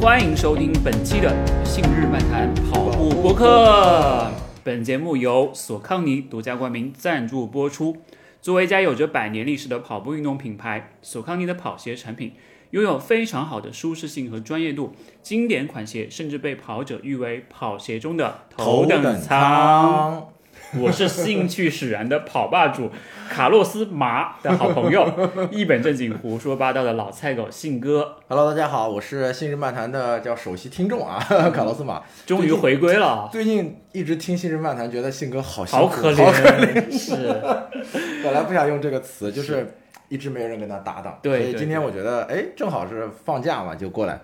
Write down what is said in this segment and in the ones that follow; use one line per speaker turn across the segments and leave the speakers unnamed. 欢迎收听本期的《信日漫谈跑步播客》。本节目由索康尼独家冠名赞助播出。作为一家有着百年历史的跑步运动品牌，索康尼的跑鞋产品拥有非常好的舒适性和专业度，经典款鞋甚至被跑者誉为跑鞋中的头等舱。
舱，
我是兴趣使然的跑霸主卡洛斯麻的好朋友，一本正经胡说八道的老菜狗信哥，
Hello，大家好，我是信日漫谈的叫首席听众啊， 卡洛斯马。
终于回归了，
最近一直听信日漫谈，觉得信哥好辛苦，
好可怜，是
本来不想用这个词，就是一直没有人跟他搭档。
对
所以
对嗯
今天我觉得，哎，正好是放假嘛，就过来，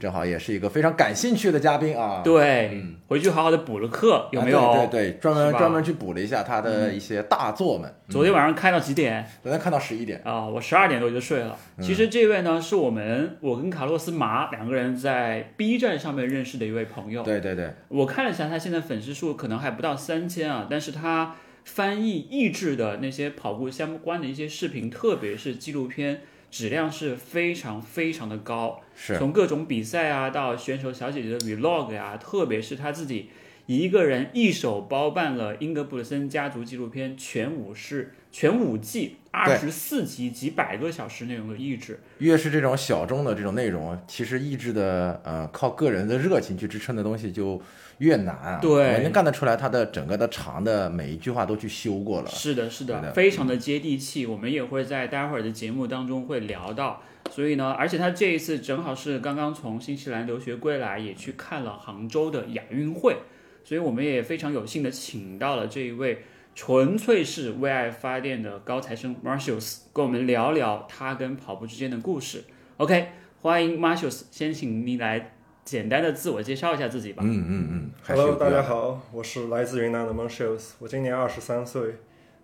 正好也是一个非常感兴趣的嘉宾 啊。
对，回去好好的补了课，有没嗯
啊对
有？
对对，专
是
门
吧嗯
专门去补了一下他的一些大作们。
昨天晚上开到几点
昨天看到十一点，嗯
啊？我十二点多就睡了。其实这位呢，是我们我跟卡洛斯麻两个人在 B 站上面认识的一位朋友。
对对对，
我看了一下，他现在粉丝数可能还不到三千啊，但是他翻译译制的那些跑步相关的一些视频，特别是纪录片，质量是非常非常的高。
是
从各种比赛啊，到选手小姐姐的 vlog 呀、特别是他自己一个人一手包办了英格布鲁森家族纪录片全五世全五季二十四集几百个小时内容的译制。
越是这种小众的这种内容，其实意志的呃靠个人的热情去支撑的东西就越难啊。
对
我能干得出来，他的整个的长的每一句话都去修过了。
是的，是
对
的，
的嗯
非常的接地气。我们也会在待会儿的节目当中会聊到。所以呢，而且他这一次正好是刚刚从新西兰留学归来，也去看了杭州的亚运会，所以我们也非常有幸的请到了这一位纯粹是为爱发电的高材生 Martius，跟我们聊聊他跟跑步之间的故事。OK，欢迎 Martius，先请你来简单的自我介绍一下自己吧。
嗯嗯嗯，还是
Hello，
有必
大
要
家好，我是来自云南的 m o n s h i e s 我今年二十三岁，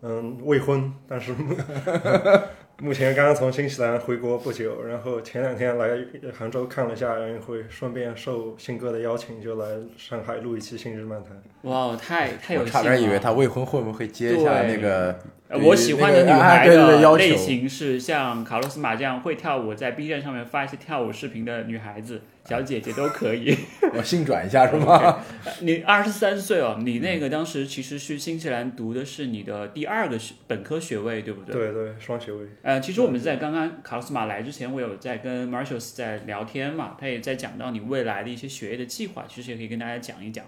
嗯，未婚，但是 目目前刚刚从新西兰回国不久，然后前两天来杭州看了一下亚运会，顺便受信哥的邀请就来上海录一期《新日漫谈》。
哇，太太有
我
幸
差点以
了
为他未婚会不会接一下
对
那个
呃
对
我喜欢的女
那个
孩
哎对对
的
对要求
类型是像卡洛斯马这样会跳舞，在 B 站上面发一些跳舞视频的女孩子、小姐姐都可以。
我性转一下是吗？
你二十三岁哦，你那
嗯
个当时其实去新西兰读的是你的第二个学本科学位，对不对？
对对，双学位。
呃，其实我们在刚刚卡洛斯马来之前，我有在跟 Marshall 在聊天嘛，他也在讲到你未来的一些学业的计划，其实也可以跟大家讲一讲。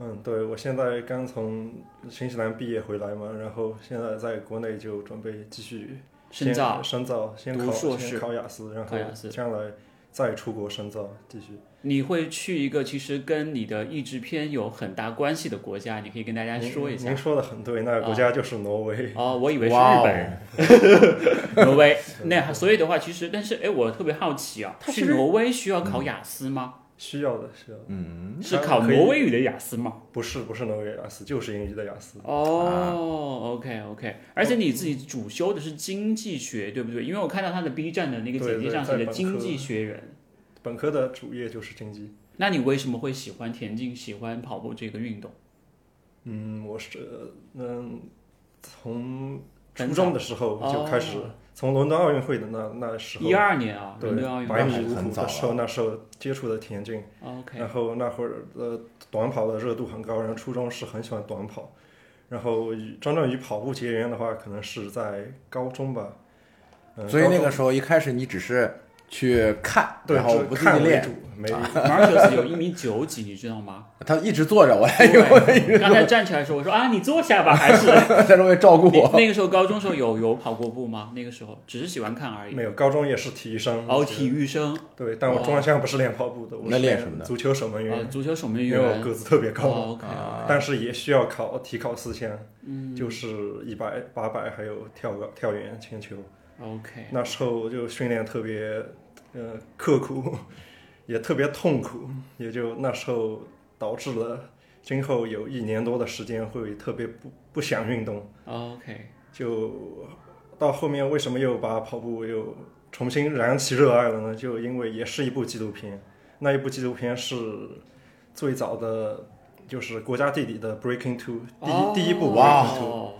嗯，对，我现在刚从新西兰毕业回来嘛，然后现在在国内就准备继续
深
先
造，
深造，先
读
考
硕士
先考雅思，然
考
后
雅思
将来再出国深造，继续。
你会去一个其实跟你的译制片有很大关系的国家，你可以跟大家
您
说一下啊
您。说的很对，那个国家就是挪威。
哦， 我以为是
哇
日
哦
本，挪威。那所以的话，其实但是哎，我特别好奇啊，
它
去
是
挪威需要考雅思吗？
需要的，需要的。
嗯，
是
它
考
可以
挪威语的雅思吗？
不是不是挪威雅思，就是英语的雅思。
哦，OK OK，而且你自己主修的是经济学，对不对？因为我看到他的 B 站的那个简
对
介
对
上
在
写的
本
经
科
济学人，
本科的主业就是经济。
那你为什么会喜欢田径、喜欢跑步这个运动？
嗯，我是呃嗯，从
很早
初中的时候就开始，从伦敦奥运会的那那时候
哦一，二年啊，
对
伦敦奥运会
百米五
很
虎
早
的时候，
了
那时候接触的田径，
，OK，
然后那会儿呃短跑的热度很高，然后初中是很喜欢短跑，然后与真正与跑步结缘的话，可能是在高中吧。嗯，
所以
高
那
中
个时候一开始你只是去看，
对，
然后
只
不自己
看为
练
主，，没
啊 Marcus 有一米九几，你知道吗？
他一直坐着，我
哎
还以为
对，刚才站起来的时候，我说啊，你坐下吧，还是
在周围照顾
你
我。
那个时候高中时候有有跑过步吗？那个时候只是喜欢看而已。
没有，高中也是体育生。
然后体育生，
对，但我专项不是练跑步的，我
那
是
练什么的
足球守门
呃，
员，
足球守门
因为我
员。
个子特别高，
哦，OK，
啊
但是也需要考体考四项，就是一百、八百，还有跳高、跳远、铅球。
OK，
那时候就训练特别，呃，刻苦， 也特别痛苦，也就那时候导致了今后有一年多的时间会特别不不想运动。
OK，
就到后面为什么又把跑步又重新燃起热爱了呢？就因为也是一部纪录片，那一部纪录片是最早的，就是国家地理的《Breaking Two》第一、第一部《
哇
Breaking Two》，
哦，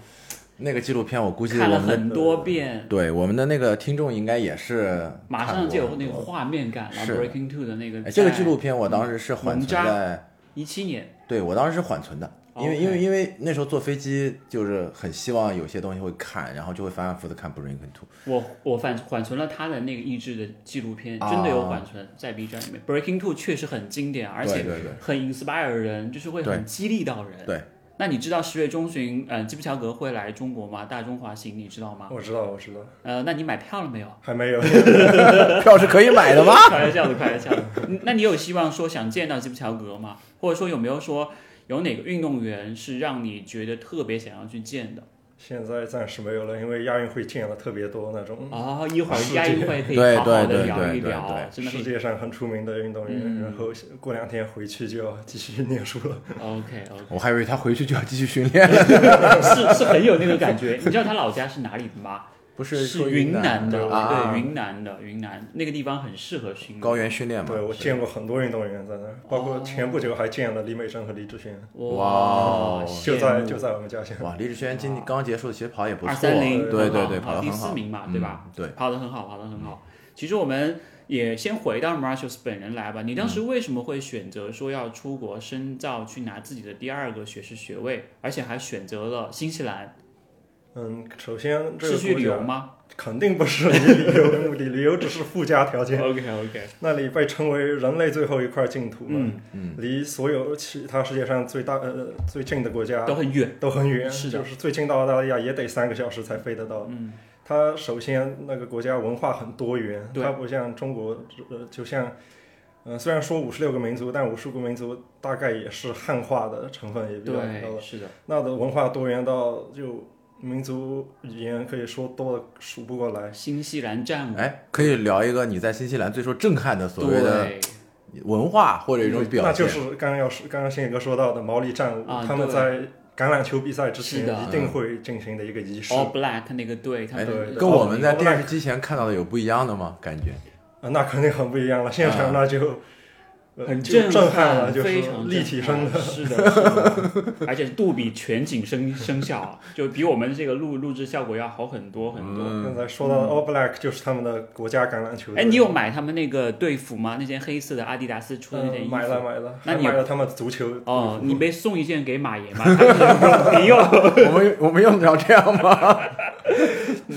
那个纪录片，我估计我
看了
们的
很多遍，
对我们的那个听众应该也是
马
看
上就
过
有那个画面感了。
是
Breaking Two 的那个
哎，这个纪录片我当时是缓
蒙
存
扎
在，
一七年，
对我当时是缓存的，
哦
因为因为因为那时候坐飞机就是很希望有些东西会看，然后就会反反复复的看《Breaking Two》。
我我反缓存了他的那个益智的纪录片，
啊
真的有缓存在 B 站里面。Breaking Two 确实很经典，而
对
且
对对
很 inspire 人，就是会
对
很激励到人。
对，
那你知道十月中旬，呃，基普乔格会来中国吗？大中华行，你知道吗？
我知道，我知道，
呃，那你买票了没有？
还没有。
票是可以买的吗？
开玩笑的，开玩笑的。 嗯那你有希望说想见到基普乔格吗？或者说有没有说有哪个运动员是让你觉得特别想要去见的？
现在暂时没有了，因为亚运会见了特别多那种
哦，一会儿
世界
亚运会可以
对
好好
对
的
对
聊一
对对
聊，真的可
世
以。
界上很出名的运动员，
嗯
然后过两天回去就要继续念书 了。
OK OK，
我还以为他回去就要继续训练了，
是是很有那个感觉。你知道他老家是哪里的吗？
不说
是
云
南的，
啊？
对，云南的，云南那个地方很适合训练
高原训练嘛。
对，我
是
见过很多运动员在那儿，包
哦
括前不久还见了李美珍和李志轩，
哇
哇，
就在就
在
在我们家乡。
哇，李志轩今刚结束的学跑也不错，
二三零，
对对对，
很好
跑得
第
很
四
好，
名嘛，对吧？
嗯？对，
跑得很好，跑得很好。其实我们也先回到 Marshalls 本人来吧。你当时为什么会选择说要出国深造去拿自己的第二个学士学位，而且还选择了新西兰？
嗯，首先这个
是去
国
旅游
家
吗
肯定不是旅游的目的，旅游只是附加条 件。
？OK OK，
那里被称为人类最后一块净土嘛，
嗯，
嗯，
离所有其他世界上最大呃最近的国家
都很远，
都很远，
是的
就是最近到澳大利亚也得三个小时才飞得到。嗯，它首先那个国家文化很多元，
对
它不像中国，呃，就像，嗯、虽然说五十六个民族，但五十个民族大概也是汉化的成分也比较
对，
高。
是的，
那的文化多元到就民族语言可以说多的数不过来。
新西兰站舞，
哎，可以聊一个你在新西兰最受震撼的所谓的
对，
文化或者一种表
嗯那
现
就。是刚刚要说，刚刚新野哥说到的毛利战舞，
啊
他们
对
在橄榄球比赛之
是
前
的哦
一定会进行的一个仪式。
All Black 那个队，他
哎，
们
对
跟我们在电视机前看到的有不一样的吗？感觉
啊，那肯定很不一样了，现场那就、呃
很
就震撼了，就是
非常
立体声
的，
的。
是的，是的而且杜比全景声声效啊，就比我们这个录录制效果要好很多很多。
刚才说到 All Black 就是他们的国家橄榄球队，
嗯
嗯
哎，你有买他们那个队服吗？那件黑色的阿迪达斯出的那
嗯、
件衣服？
买了买了，
那
还
你
买了他们足球
哦，你没送一件给马爷 吗？他可能没有。
我们我们用得着这样吗？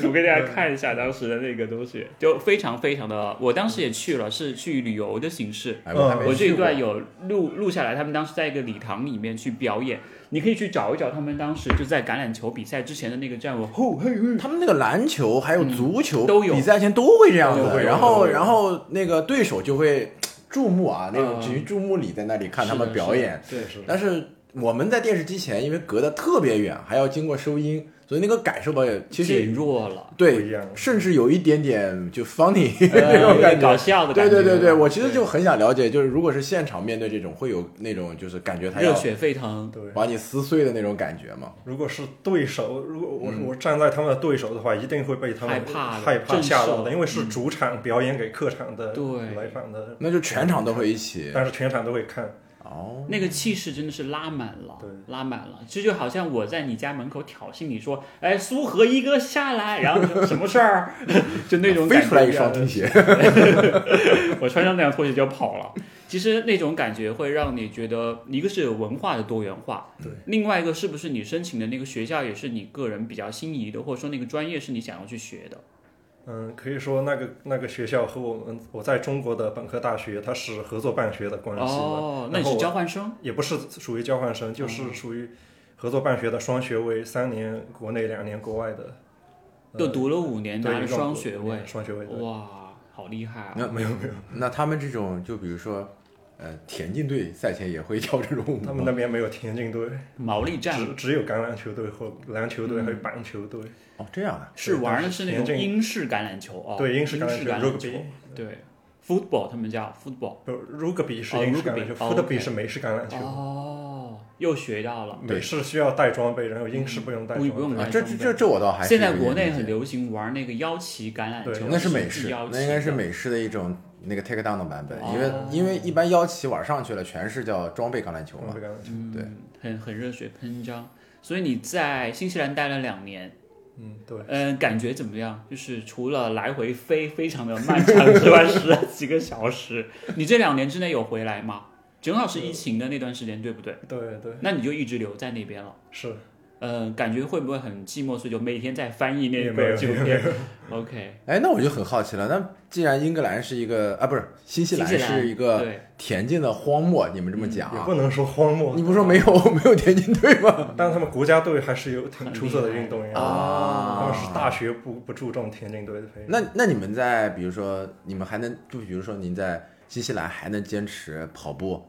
我给
嗯
大家看一下当时的那个东西，就非常非常的。我当时也去了，是去旅游的形式。
哎，我还没
我这一
去过
段有录录下来，他们当时在一个礼堂里面去表演，你可以去找一找他们当时就在橄榄球比赛之前的那个战舞。吼嘿嘿
嗯他们那个篮球还有足球、
嗯都有
比赛前都会这样
都
子，
会
然后
都会
然后那个对手就会注目啊，那种
嗯
举于注目礼在那里看他
是的
们表演。，
是的对，
是的
但是我们在电视机前，因为隔得特别远，还要经过收音，所以那个感受吧，其实
减
也
弱了，
不一
对
样，
甚至有一点点就 funny
呃
那
有
种
点
感觉
搞。笑的
对
感觉。啊
对对对，我其实就很想了解，就是如果是现场面对这种，会有那种就是感觉他
热
要
血沸腾。
对，
把你撕碎的那种感觉嘛。
如果是对手，如果我、我站在他们的对手的话，一定会被他们
嗯害怕的
害怕
震
吓
慑
到的，因为是
嗯
主场表演给客场的
对
来访的，
那就全场都会一起
但是全场都会看。
哦，
那个气势真的是拉满了
对，
拉满了。这就好像我在你家门口挑衅你说：“哎，苏和一哥下来！”然后你说什么事儿？ 就那种
啊飞
感
出来一
觉。
双钉鞋，
我穿上那双拖鞋就跑了。其实那种感觉会让你觉得，一个是文化的多元化，
对，
另外一个是不是你申请的那个学校也是你个人比较心仪的，或者说那个专业是你想要去学的。
嗯，可以说那个那个学校和我们我在中国的本科大学，它是合作办学的关系嘛
哦，那
然
你
后
是
我
交换生？
也不是属于交换生，就是属于合作办学的双学位，三年国内，两年国外的，呃
就读了五年，
对
拿
一
了
共
双学位，
双学位的。
哇，好厉害啊！
那没有没有。 那他们这种就比如说，呃，田径队赛前也会跳这种舞吗，
他们那边没有田径队，
毛利战
只只有橄榄球队或篮球队，还
嗯
有板球队。
哦这样啊，
是玩的是那
田
种
径
英式橄榄球哦，
对，英式
式
橄榄球
橄
rugby，
对，football 他们叫 football。
不 rugby 是
哦
英式橄榄
rugby，
球
哦，OK
，football 是美式橄榄球。
哦，又学到了。
美式需要带装备，然后英式不用带
嗯不
装
不用
备。
带
啊，这这这这我倒还是
现在
有点
国内
理解
很流行玩那个腰旗橄榄球
对，
那是美
是
式，
腰旗
那应该是美式的一种那个 take down 的版本，因为
哦
因为一般腰旗玩上去了，全是叫装备橄榄球
装
嘛
备。橄榄球。
嗯
对，
很很热血喷张。所以你在新西兰待了两年，
嗯，对，
嗯、感觉怎么样？就是除了来回飞非常的漫长之外，十 几个小时，你这两年之内有回来吗？正好是疫情的那段时间，对不对？
对对
那你就一直留在那边了。
是，
呃，感觉会不会很寂寞？所以就每天在翻译那
也没
个
有
旧片。OK，
哎，那我就很好奇了，那既然英格兰是一个啊，不是新西兰
新西兰
是一个
对，
田径的荒漠，你们这么讲
嗯
也
啊，
不能说荒漠，
你不是说没有 没有田径队吗？
但他们国家队还是有挺出色的运动
很
员
厉害啊
他们是大学不不注重田径队的培养。
那那你们在比如说你们还能就比如说您在新西兰还能坚持跑步，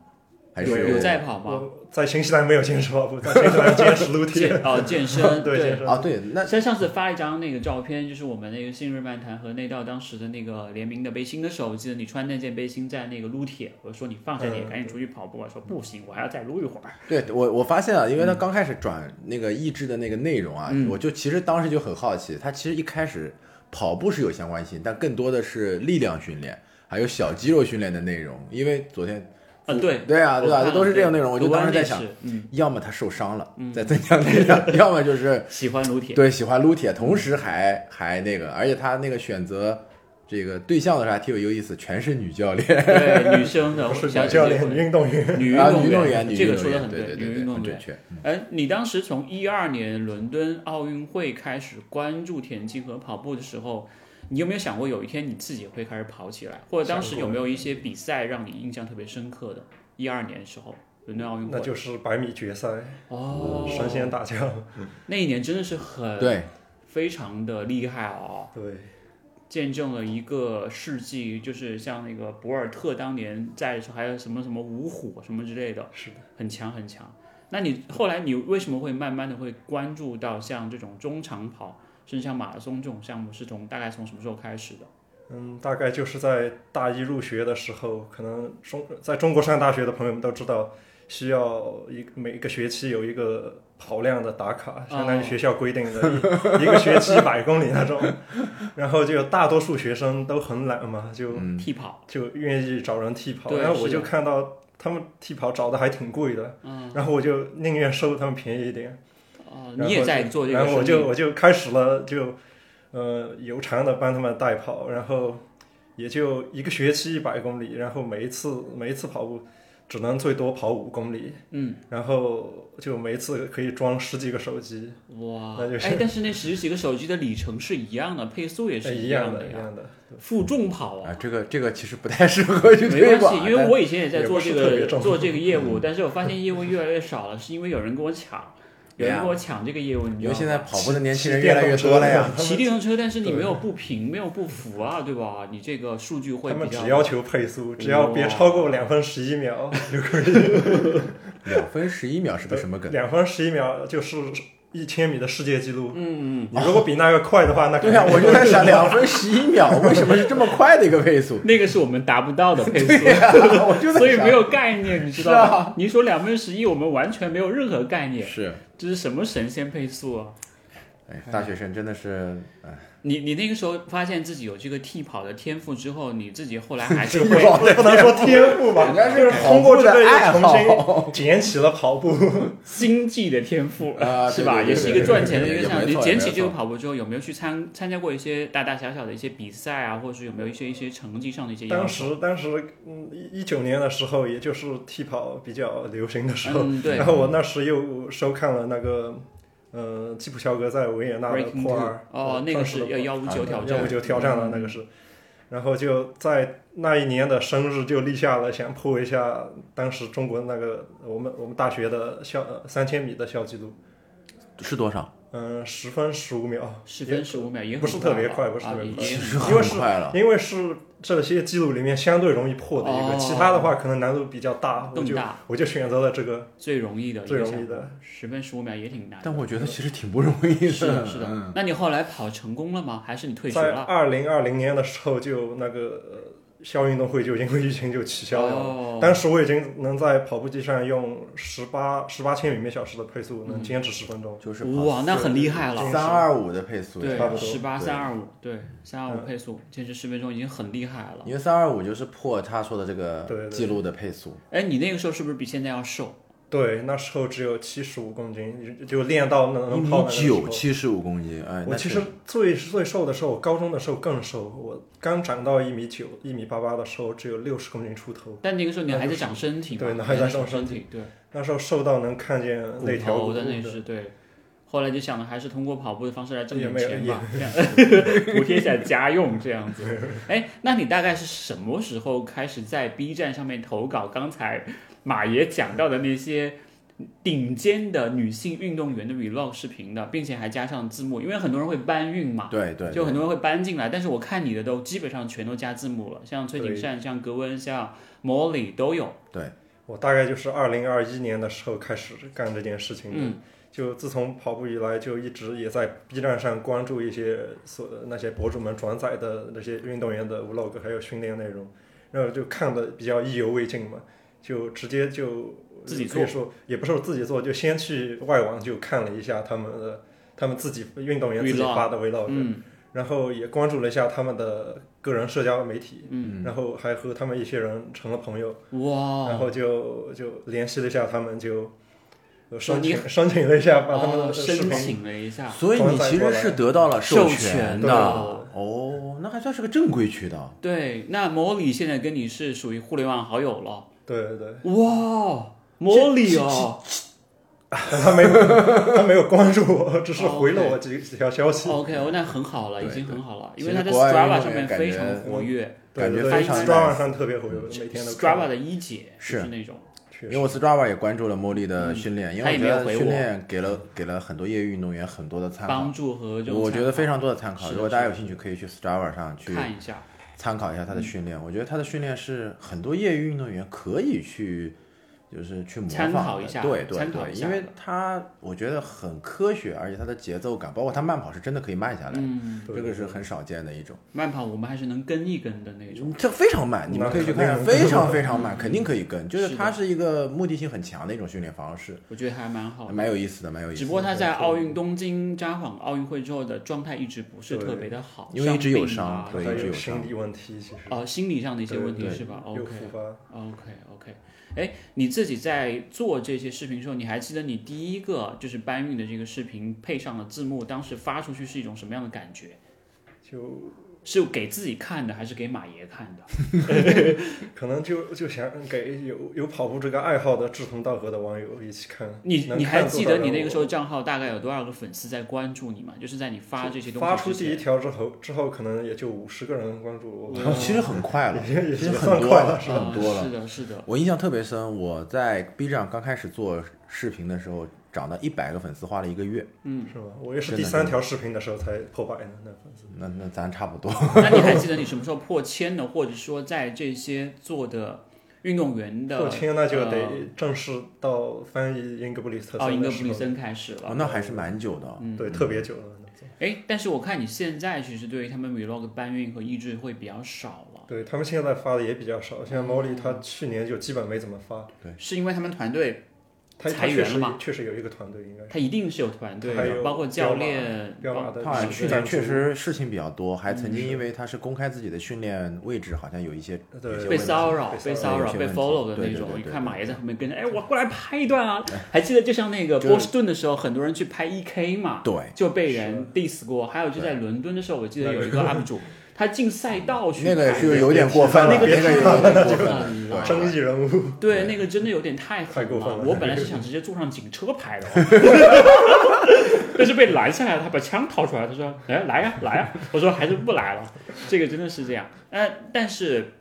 还
有有
是
在跑吗？
我在新西兰没有坚持跑步，在新西兰坚 持撸铁。
健哦健身
对健身
啊？对，那
像上次发一张那个照片，就是我们那个信日漫谈和内道当时的那个联名的背心的时候，我记得你穿那件背心在那个撸铁，我说你放下你也
嗯
赶紧出去跑步，啊我说不行，我还要再撸一会儿。
对我我发现啊，因为他刚开始转那个意志的那个内容啊，
嗯
我就其实当时就很好奇，他其实一开始跑步是有相关性，但更多的是力量训练，还有小肌肉训练的内容。因为昨天
啊，对，
对啊，
我
对啊，
看
这
了
都是这种内容。我就
读完
当时在
那
想，
是，嗯，
要么他受伤了，在增强力量，要么就是
喜欢撸铁，
对喜欢撸铁，同时还还那个，而且他那个选择这个对象的时候还挺有意思，全是女教练。
对女生 的，我
不是
想
女
起这
教练，
个
女运动员。
女
啊
运
运
动
动员，女
这
运
个
动
说的
员，
很
对
女
对对
运
对，
动
很
员
准。确。
哎，你当时从一二年伦敦奥运会开始关注田径和跑步的时候，你有没有想过有一天你自己会开始跑起来？或者当时有没有一些比赛让你印象特别深刻的？一二年的时候，伦敦奥运
那
会
就是百米决赛，
哦，
神仙打架。
那一年真的是很
对，
非常的厉害哦，
对，
见证了一个世纪，就是像那个博尔特当年在的时候，还有什么什么五虎什么之类的。
是的。
很强很强。那你后来你为什么会慢慢的会关注到像这种中长跑，甚至像马拉松这种项目，是从大概从什么时候开始的？
嗯，大概就是在大一入学的时候，可能中在中国上大学的朋友们都知道，需要一每一个学期有一个跑量的打卡，相
哦
当于学校规定的一 一个学期一百公里那种。然后就大多数学生都很懒嘛，就
嗯，
替跑，
就愿意找人替跑，
对
然后
是
我就
的嗯
看到他们替跑找的还挺贵的，然后我就宁愿收他们便宜一点。
哦、
然
你
后
也在做这个
然
生意，
后我就我就开始了，就呃有偿的帮他们代跑，然后也就一个学期一百公里，然后每一次每一次跑步只能最多跑五公里，
嗯，
然后就每一次可以装十几个手机，
哇，
那就是
哎，但是那十几个手机的里程是一样的，配速也
哎
是
一
样
的，一
呀，
样的。
负重跑 啊。
啊，这个这个其实不太适合去
没关
推
系，
广，啊
因为
但
我以前也在
也
做
不
这
是特
个
别重嗯
做这个业务，但是我发现业务越来越少了，是因为有人跟我抢，有人
对啊
跟我抢这个业务，你知
因
道
为
吗？
现在跑步的年轻人越来越多了呀。
他
骑
们
电动车，但是你
对
没有步频，没有步幅啊，对吧？你这个数据 会
他们
比
只
较
要求配速，只要别超过两分十 一秒，
两分十一秒是个 什么梗？
两分十一秒就是一千米的世界纪录。
嗯，嗯，
你如果比那个快的话，那
啊
对呀、
肯定
我就在想两分十一秒为什么是这么快的一个配 速？
那个是我们达不到的配
对
速，
呀、我就在
所以
想
没有概念，你知道
是啊
吗？你说两分十一，我们完全没有任何概念，
是，
这是什么神仙配速啊？
哎，大学生真的是，哎，
你你那个时候发现自己有这个替跑的天赋之后，你自己后来还是
这
会
个
不能说天赋吧，
人家是
就是通过这个
跑
又
步的爱
重新 捡起了跑步。
经济的天赋
啊
是吧？
对对对
也是一个赚钱的
对
一
对
个
对
项目。
也
你
没错
捡
也
起
没
这个
错
跑步之后，有没有去参参加过一些大大小小的一些比赛啊，或者是有没有一些一些成绩上的一些要
当
求？
时当时嗯一九年的时候，也就是替跑比较流行的时候，
嗯，对
然后我那时又收看了那个呃基普乔格在维也纳的
，Breaking
破
Two
二
哦，那个是要幺五九挑
幺
战
五，九挑战了
嗯
那个是。然后就在那一年的生日就立下了想破一下当时中国那个我们我们大学的校呃三千米的校纪录，
是多少？
嗯、十分十五秒，
十分十五秒也很
不是特别
吧
快不是
啊
特别
也
快
也
其
很
实
因
很
为是
快
啊
了。
因为是这些记录里面相对容易破的一个，
哦
其他的话可能难度比较大，我
更
就
大
我就选择了这个
最容易的一
最
个
容
项
易
目，
的。
十分十五秒也挺难。
但我觉得其实挺不容易
是的，是
嗯
的。那你后来跑成功了吗？还是你退学
在
了？
二零二零年的时候，就那个呃校运动会就因为疫情就取消掉了。
哦，
当时我已经能在跑步机上用十八十八千米每小时的配速
嗯
能坚持十分钟，
就是
哇，那很厉害了。
三二五的配速，
对
差不，多嗯
十八
对
三二五，对，三二五配速，坚持十分钟已经很厉害了。
因为三二五就是破他说的这
对
个
对
记录的配速。
哎，你那个时候是不是比现在要瘦？
对，那时候只有七十五公斤，就练到能能
一
嗯跑
米
的时候
九，七十五公斤，哎，
我
那
其
确
实最最瘦的时候，我高中的时候更瘦，我刚长到一米九、一米八八的时候，只有六十公斤出头。
但那个时候你还在长身体嘛，
对那
还
还在
长
长
身
身
体，对，
那时候瘦到能看见那条
骨头
骨
的那
的
是对。后来就想着还是通过跑步的方式来挣点
也
钱
没有
吧，这样 补贴一下家用这样子。哎，那你大概是什么时候开始在 B 站上面投稿刚才马爷讲到的那些顶尖的女性运动员的 vlog 视频的，并且还加上字幕？因为很多人会搬运嘛，
对对，
就
对
很多人会搬进来，但是我看你的都基本上全都加字幕了，像崔景
对
善、像格温、像莫里都有。
我大概就是二零二一年的时候开始干这件事情的。
嗯
就自从跑步以来，就一直也在 B 站上关注一些所那些博主们转载的那些运动员的 vlog 还有训练内容，然后就看的比较意犹未尽嘛，就直接就
自己做
可以说也不是我自己做，就先去外网就看了一下他们的他们自己运动员自己
Vlog
发的 vlog，、
嗯
然后也关注了一下他们的个人社交媒体，
嗯，
然后还和他们一些人成了朋友。
哇，
然后就就联系了一下他们，就呃申
你
请申请了一下，把他们
哦
的视
申
频
请了一下。
所以你其实是得到了
授权
权
的
的哦，那还算是个正规渠道。
对，那莫里现在跟你是属于互联网好友了。
对对对，
哇，莫里哦
但他没有 他没有关注我，只是回了
哦
我几几条消息。
，OK，哦那很好了，已
对
经很好了，
其
因为
实
他在
国外
Strava
运动
上
员
面
感
非
觉
常活跃
对
感
对
觉
对
非常
Strava
nice
上特别活跃，每天都看
嗯，Strava 的一姐就是那种，
确
因
实
为我 Strava 也关注了茉莉的训练，因为
嗯她也没
我觉
有
得
回我
训练给了给了很多业余运动员很多的参考
帮，助和这种
我觉
参
得
考
非常多的参考。
是的
如果大家
是
有
的
兴趣，可以去 Strava 上去
看一下，嗯
参考一下他的训练。我觉得他的训练是很多业余运动员可以去，就是去模仿
参
的
考一下
对对
参考
对，
一下
因为他我觉得很科学，而且他的节奏感，包括他慢跑是真的可以慢下来，
嗯，
对
这个是很少见的一种。嗯
慢跑我们还是能跟一跟的那种，
这非常慢，
那
你们可以去看看，
肯定能
非常非常慢，肯定可以跟。就是是
的
它是一个目的性很强的一种训练方式，
我觉得还蛮好的。
蛮有意思的，蛮有意思
只
的。
不过他在奥运东京札幌奥运会之后的状态一直不是特别的好，
因为一直有
病啊
伤
还
对一直
有
有
心
伤
理问题，其实
哦，心理上的一些问题
对
是吧
又
？OK
复发。
OK OK，哎，你自己在做这些视频的时候，你还记得你第一个就是搬运的这个视频配上了字幕，当时发出去是一种什么样的感觉？
就是
给自己看的还是给马爷看的？
可能就就想给有有跑步这个爱好的志同道合的网友一起看。
你
能
你还
看
记
多
得
少
你那
人
个时
我
候账号大概有多少个粉丝在关注你吗？就是在你发这些东西
发出
之
第一
前
条之后，之后可能也就五十个人关注
嗯
我。
哦其实很快了，
也也
其实
也
很
算
多
快了
了，嗯
是
很多
啊
了
是。的，是的，
我印象特别深，我在 B 站刚开始做视频的时候，涨到一百个粉丝花了一个月，
嗯。
是吗？我也是
真
第
的
三条视频的时候才破百呢，那粉丝。
那那咱差不多。
那你还记得你什么时候破千的，或者说在这些做的运动员的
破千那就
呃
得正式到翻译英格布里斯特
奥
森
运
的
哦跟布
时
里
候，啊
森开始
哦
了。
那还是蛮久的。
嗯
对，特别久了。那种
哎，但是我看你现在其实对于他们 vlog 的搬运和译制会比较少了，
对他们现在发的也比较少，
嗯
像毛利他去年就基本没怎么发，
是因为他们团队
他
裁
他
员
确
了
实
吗
确实有一个团队应该是。
他一定是有团队
还
的，
有
包括教练，
彪
包
马彪马的
他好像去
对
年
赞助
确实事情比较多，还曾
嗯
经
是
因为他是公开自己的训练位置，好像有一些
对
有些
呃被
问题。
骚扰、被
被
骚
骚
扰、被
扰有些问题
follow 的那
对对
种
对，对
你
对
看马爷在后面跟着，哎，我过来拍一段啊！还记得就像那个
就
波士顿的时候，很多人去拍 EK 嘛，
对，
就被人 diss 过。还有就在伦敦的时候，我记得有一个 UP 主，他进赛道去
那个
拍
是有点过 分了，那
那
个
个
有点过分了。
对
争议人物，
对，那个真的有点太狠
太过分了
我本来是想直接坐上警车拍的， 但是被拦下来了。他把枪掏出来，他说：“来来呀、来呀、我说：“还是不来了。” 这个真的是这样。呃，但是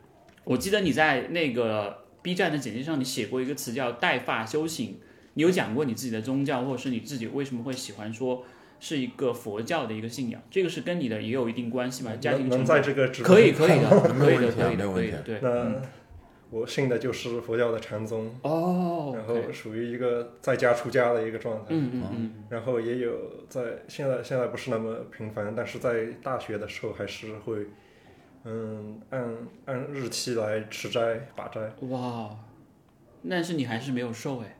我记得你在那个 B 站的简介上，你写过一个词叫“带发修行”，你有讲过你自己的宗教，或者是你自己为什么会喜欢说是一个佛教的一个信仰，这个是跟你的也有一定关系吧？家庭
嗯能
成
能
长
在这个直播
可以可以的，
没
可以的，
有问题啊
可以
没
的，
有
可
问
以
题
的
啊，
对。
那我信的就是佛教的禅宗，
哦，
然后属于一个在家出家的一个状态。
嗯嗯嗯，
然后也有在现在现在不是那么频繁，但是在大学的时候还是会，嗯，按按日期来吃斋把斋。
哇，但是你还是没有瘦哎，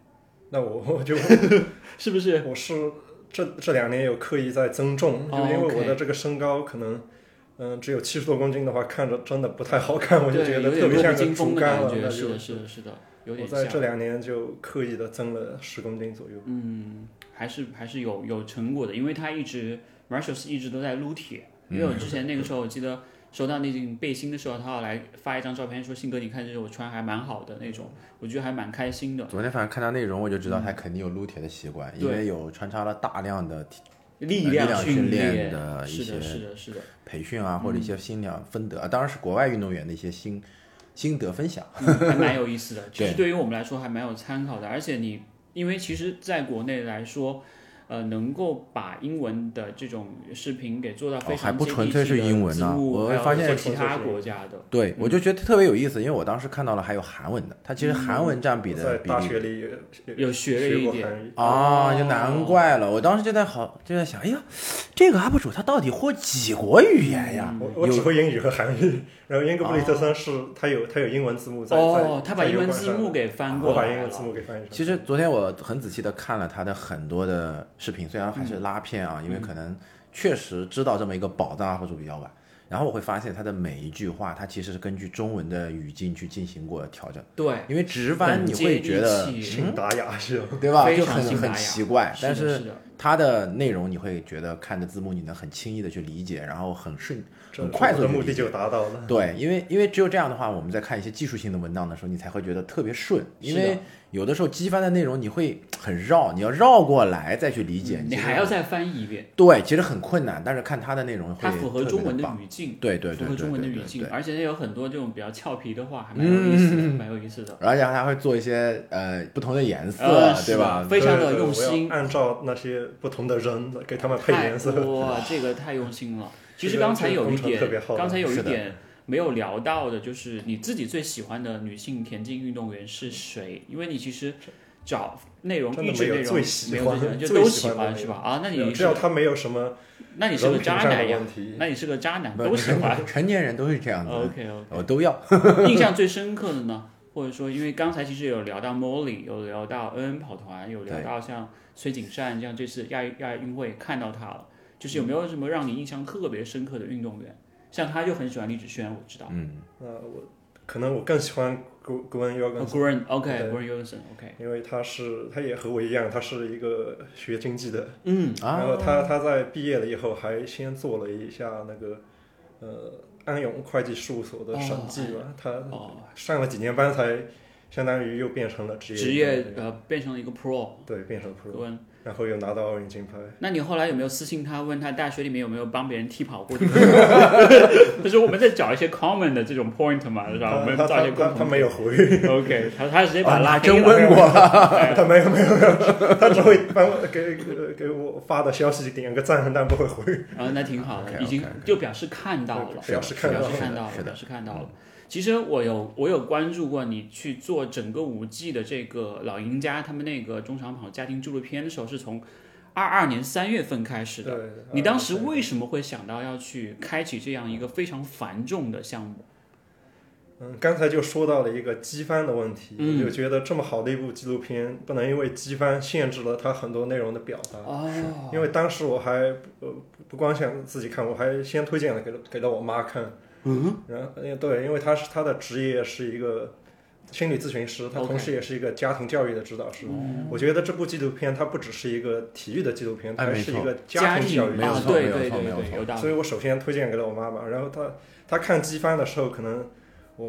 那我 我就
是不是？
我是这这两年有刻意在增重，就因为
哦，OK
我的这个身高可能嗯，只有七十多公斤的话，看着真的不太好看，我就
对，
觉
有
得特
点
别
弱
像
不禁
个
风
竹
的
竿
感
了。
觉，
那就是
的，是的，是的，有点
我在这
像，
两年就刻意的增了十公斤左右。
嗯，还是还是有有成果的，因为他一直 Marshalls 一直都在撸铁，因为
嗯
我之前那个时候我记得收到那件背心的时候，他要来发一张照片说信哥你看这是我穿还蛮好的那种，我觉得还蛮开心的。
昨天反正看他内容，我就知道他肯定有撸铁的习惯，
嗯
因
对
为有穿插了大量的呃
力
力
呃
量
量
训
训练
练
的一
是的，嗯
些
是的，是的，
培训啊，或者一些心得分得，啊当然是国外运动员的一些心心得分享。
嗯还蛮有意思的。其实
对
对于我们来说还蛮有参考的，而且你因为其实在国内来说，呃，能够把英文的这种视频给做到非
哦还
常
不
接地
纯粹
气
是
的
英文
字
呢
幕
我
还有
发现
做
纯
其
粹
他
是
国家的，
对，我就觉得特别有意思，因为我当时看到了还有韩文的，他
嗯
其实韩文占比
我在
的比
大
例
学里也
有学了一
过
点，
韩语，
哦
啊，就难怪了。我当时就在好就在想，哎呀，这个 UP 主他到底会几国语言呀？
嗯
我我只会英语和韩语，然后英格布里特森是它有它有英文字幕在。
哦
在，
他把
在
英文
油管
字
上
幕给翻
我
过
把
来
英文字
了。
幕给翻译成。
其实昨天我很仔细的看了他的很多的视频，虽然还
嗯
是拉片啊，因为可能确实知道这么一个宝藏 UP 主比较晚。然后我会发现他的每一句话，他其实是根据中文的语境去进行过调整，
对，
因为直翻
很
你
接
会
地
觉得，
气
请打哑是吧？
对吧？
非
就
常
很
性达
很
雅
奇怪，哎但
是的是的
它的内容你会觉得看着字幕，你能很轻易的去理解，然后很顺，
这
很快
我
速
的
地
目
理
的
解
就达到了。
嗯
对，因为因为只有这样的话，我们在看一些技术性的文档的时候，你才会觉得特别顺。因
是的
为有的时候机翻的内容你会很绕，你要绕过来再去理解，
嗯你
其实
还要再翻译一遍，
对，其实很困难。但是看它的内嗯容会
它符合
特别
中文的
棒
语境，
对对
符
对
合
对
中文的
对
语
对
境，
对。嗯
而且它有很多这种比较俏皮的话，还蛮有意思的，蛮有意思的。
而且它会做一些呃不同的颜色，
呃是
对
的
吧？
非常
对
的
对
用
我要
心
按照那些不同的人给他们配颜
太
色。
哇，这个太用心 了。其实
这个
刚才有一
这个工程特别
点
浩，大
刚才有一
是的
点没有聊到的，就是你自己最喜欢的女性田径运动员是谁？因为你其实找内容
真
益
的
智
没有
内容
最喜
没有
欢
这些人就
最
都
喜
喜
欢的
欢
没
是
有
吧？啊，那你
只
是
要他没有什么
那你是
人
个
品
渣
上的
男呀
问？题，
那你是个渣男，
不
都喜 欢。哦
成年人都是这样子的，
OK OK。
我都要。
印象最深刻的呢，或者说，因为刚才其实有聊到 Molly，有聊到恩恩跑团，有聊到像崔景善这样，这次亚亚运会看到他了，就是有没有什么让你印象特别深刻的运动员？像他就很喜欢李子轩，我知道。
嗯，
那我可能我更喜欢 Gwen Gwen
g
Jorgensen，
u r e n OK
对
g u r e n Johnson OK，
因为他是他也和我一样，他是一个学经济的，
嗯，
啊
然后他他在毕业了以后还先做了一下那个呃安永会计事务所的审计嘛，他
哦，
上了几年班才相当于又变成了职业
职
运
业
动员
呃变成了一个 Pro。
对变成 pro，
问，
然后又拿到奥运金牌。
那你后来有没有私信他，问他大学里面有没有帮别人踢跑过？ 就是我们在找一些 common 的这种 point 嘛，是吧？我
他
们
他
找一些
他他
共
他
同
没有回，啊
OK，他他直接把
啊
他拉
还
黑了。
真问过，
哎
他没有没有没有，他只会帮我给给给我发的消息点个赞，但不会回。
啊，那挺好的，
OK，OK，OK
已经就表示看到了，
对表示看到了
表示看到了，
是的
表示看到了。其实我有我有关注过你去做整个五 G 的这个老赢家他们那个中长跑家庭纪录片的时候，是从二二年三月份开始
对
的。，
对
你当时为什么会想到要去开启这样一个非常繁重的项目？
嗯，刚才就说到了一个机翻的问题，
嗯
我就觉得这么好的一部纪录片，不能因为机翻限制了它很多内容的表达。
哦，
因为当时我还呃不光想自己看，我还先推荐了给了给到我妈看。嗯，然后呃对，因为她是她的职业是一个心理咨询师，她
OK
同时也是一个家庭教育的指导师。我觉得这部纪录片它不只是一个体育的纪录片，它
哎
还
没
是一
错
个
家
庭教育
没有
啊
的，
错
对
没有
对对
错没有
对，
错
有道
所
理。
以我首先推荐给了我妈妈，然后她她看机翻的时候，可能我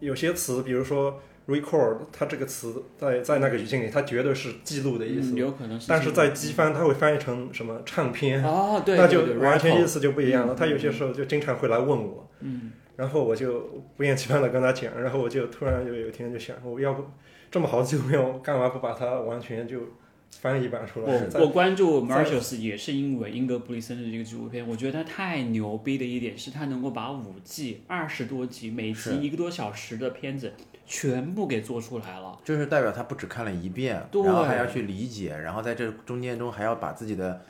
有些词，比如说 record，它这个词在在那个语境里，它绝对是记录的意思，
嗯有可能是这
但
样，
是在机翻，它会翻译成什么唱片，啊
哦，对，
那
对
就
对
完
Rattle
全意思就不一样了。
嗯
她有些时候就经常会来问我，
嗯，
然后我就不厌其烦的跟她讲，然后我就突然就有一天就想，我要不这么好的纪录片，我干嘛不把它完全就翻译版出来？
我
再
我关注
在
Marshalls 也是因为英格布里森的这个纪录片，我觉得他太牛逼的一点是他能够把五季二十多集，每集
是
一个多小时的片子全部给做出来了。
就是代表他不只看了一遍，
对
然后还要去理解，然后在这中间中还要把自己的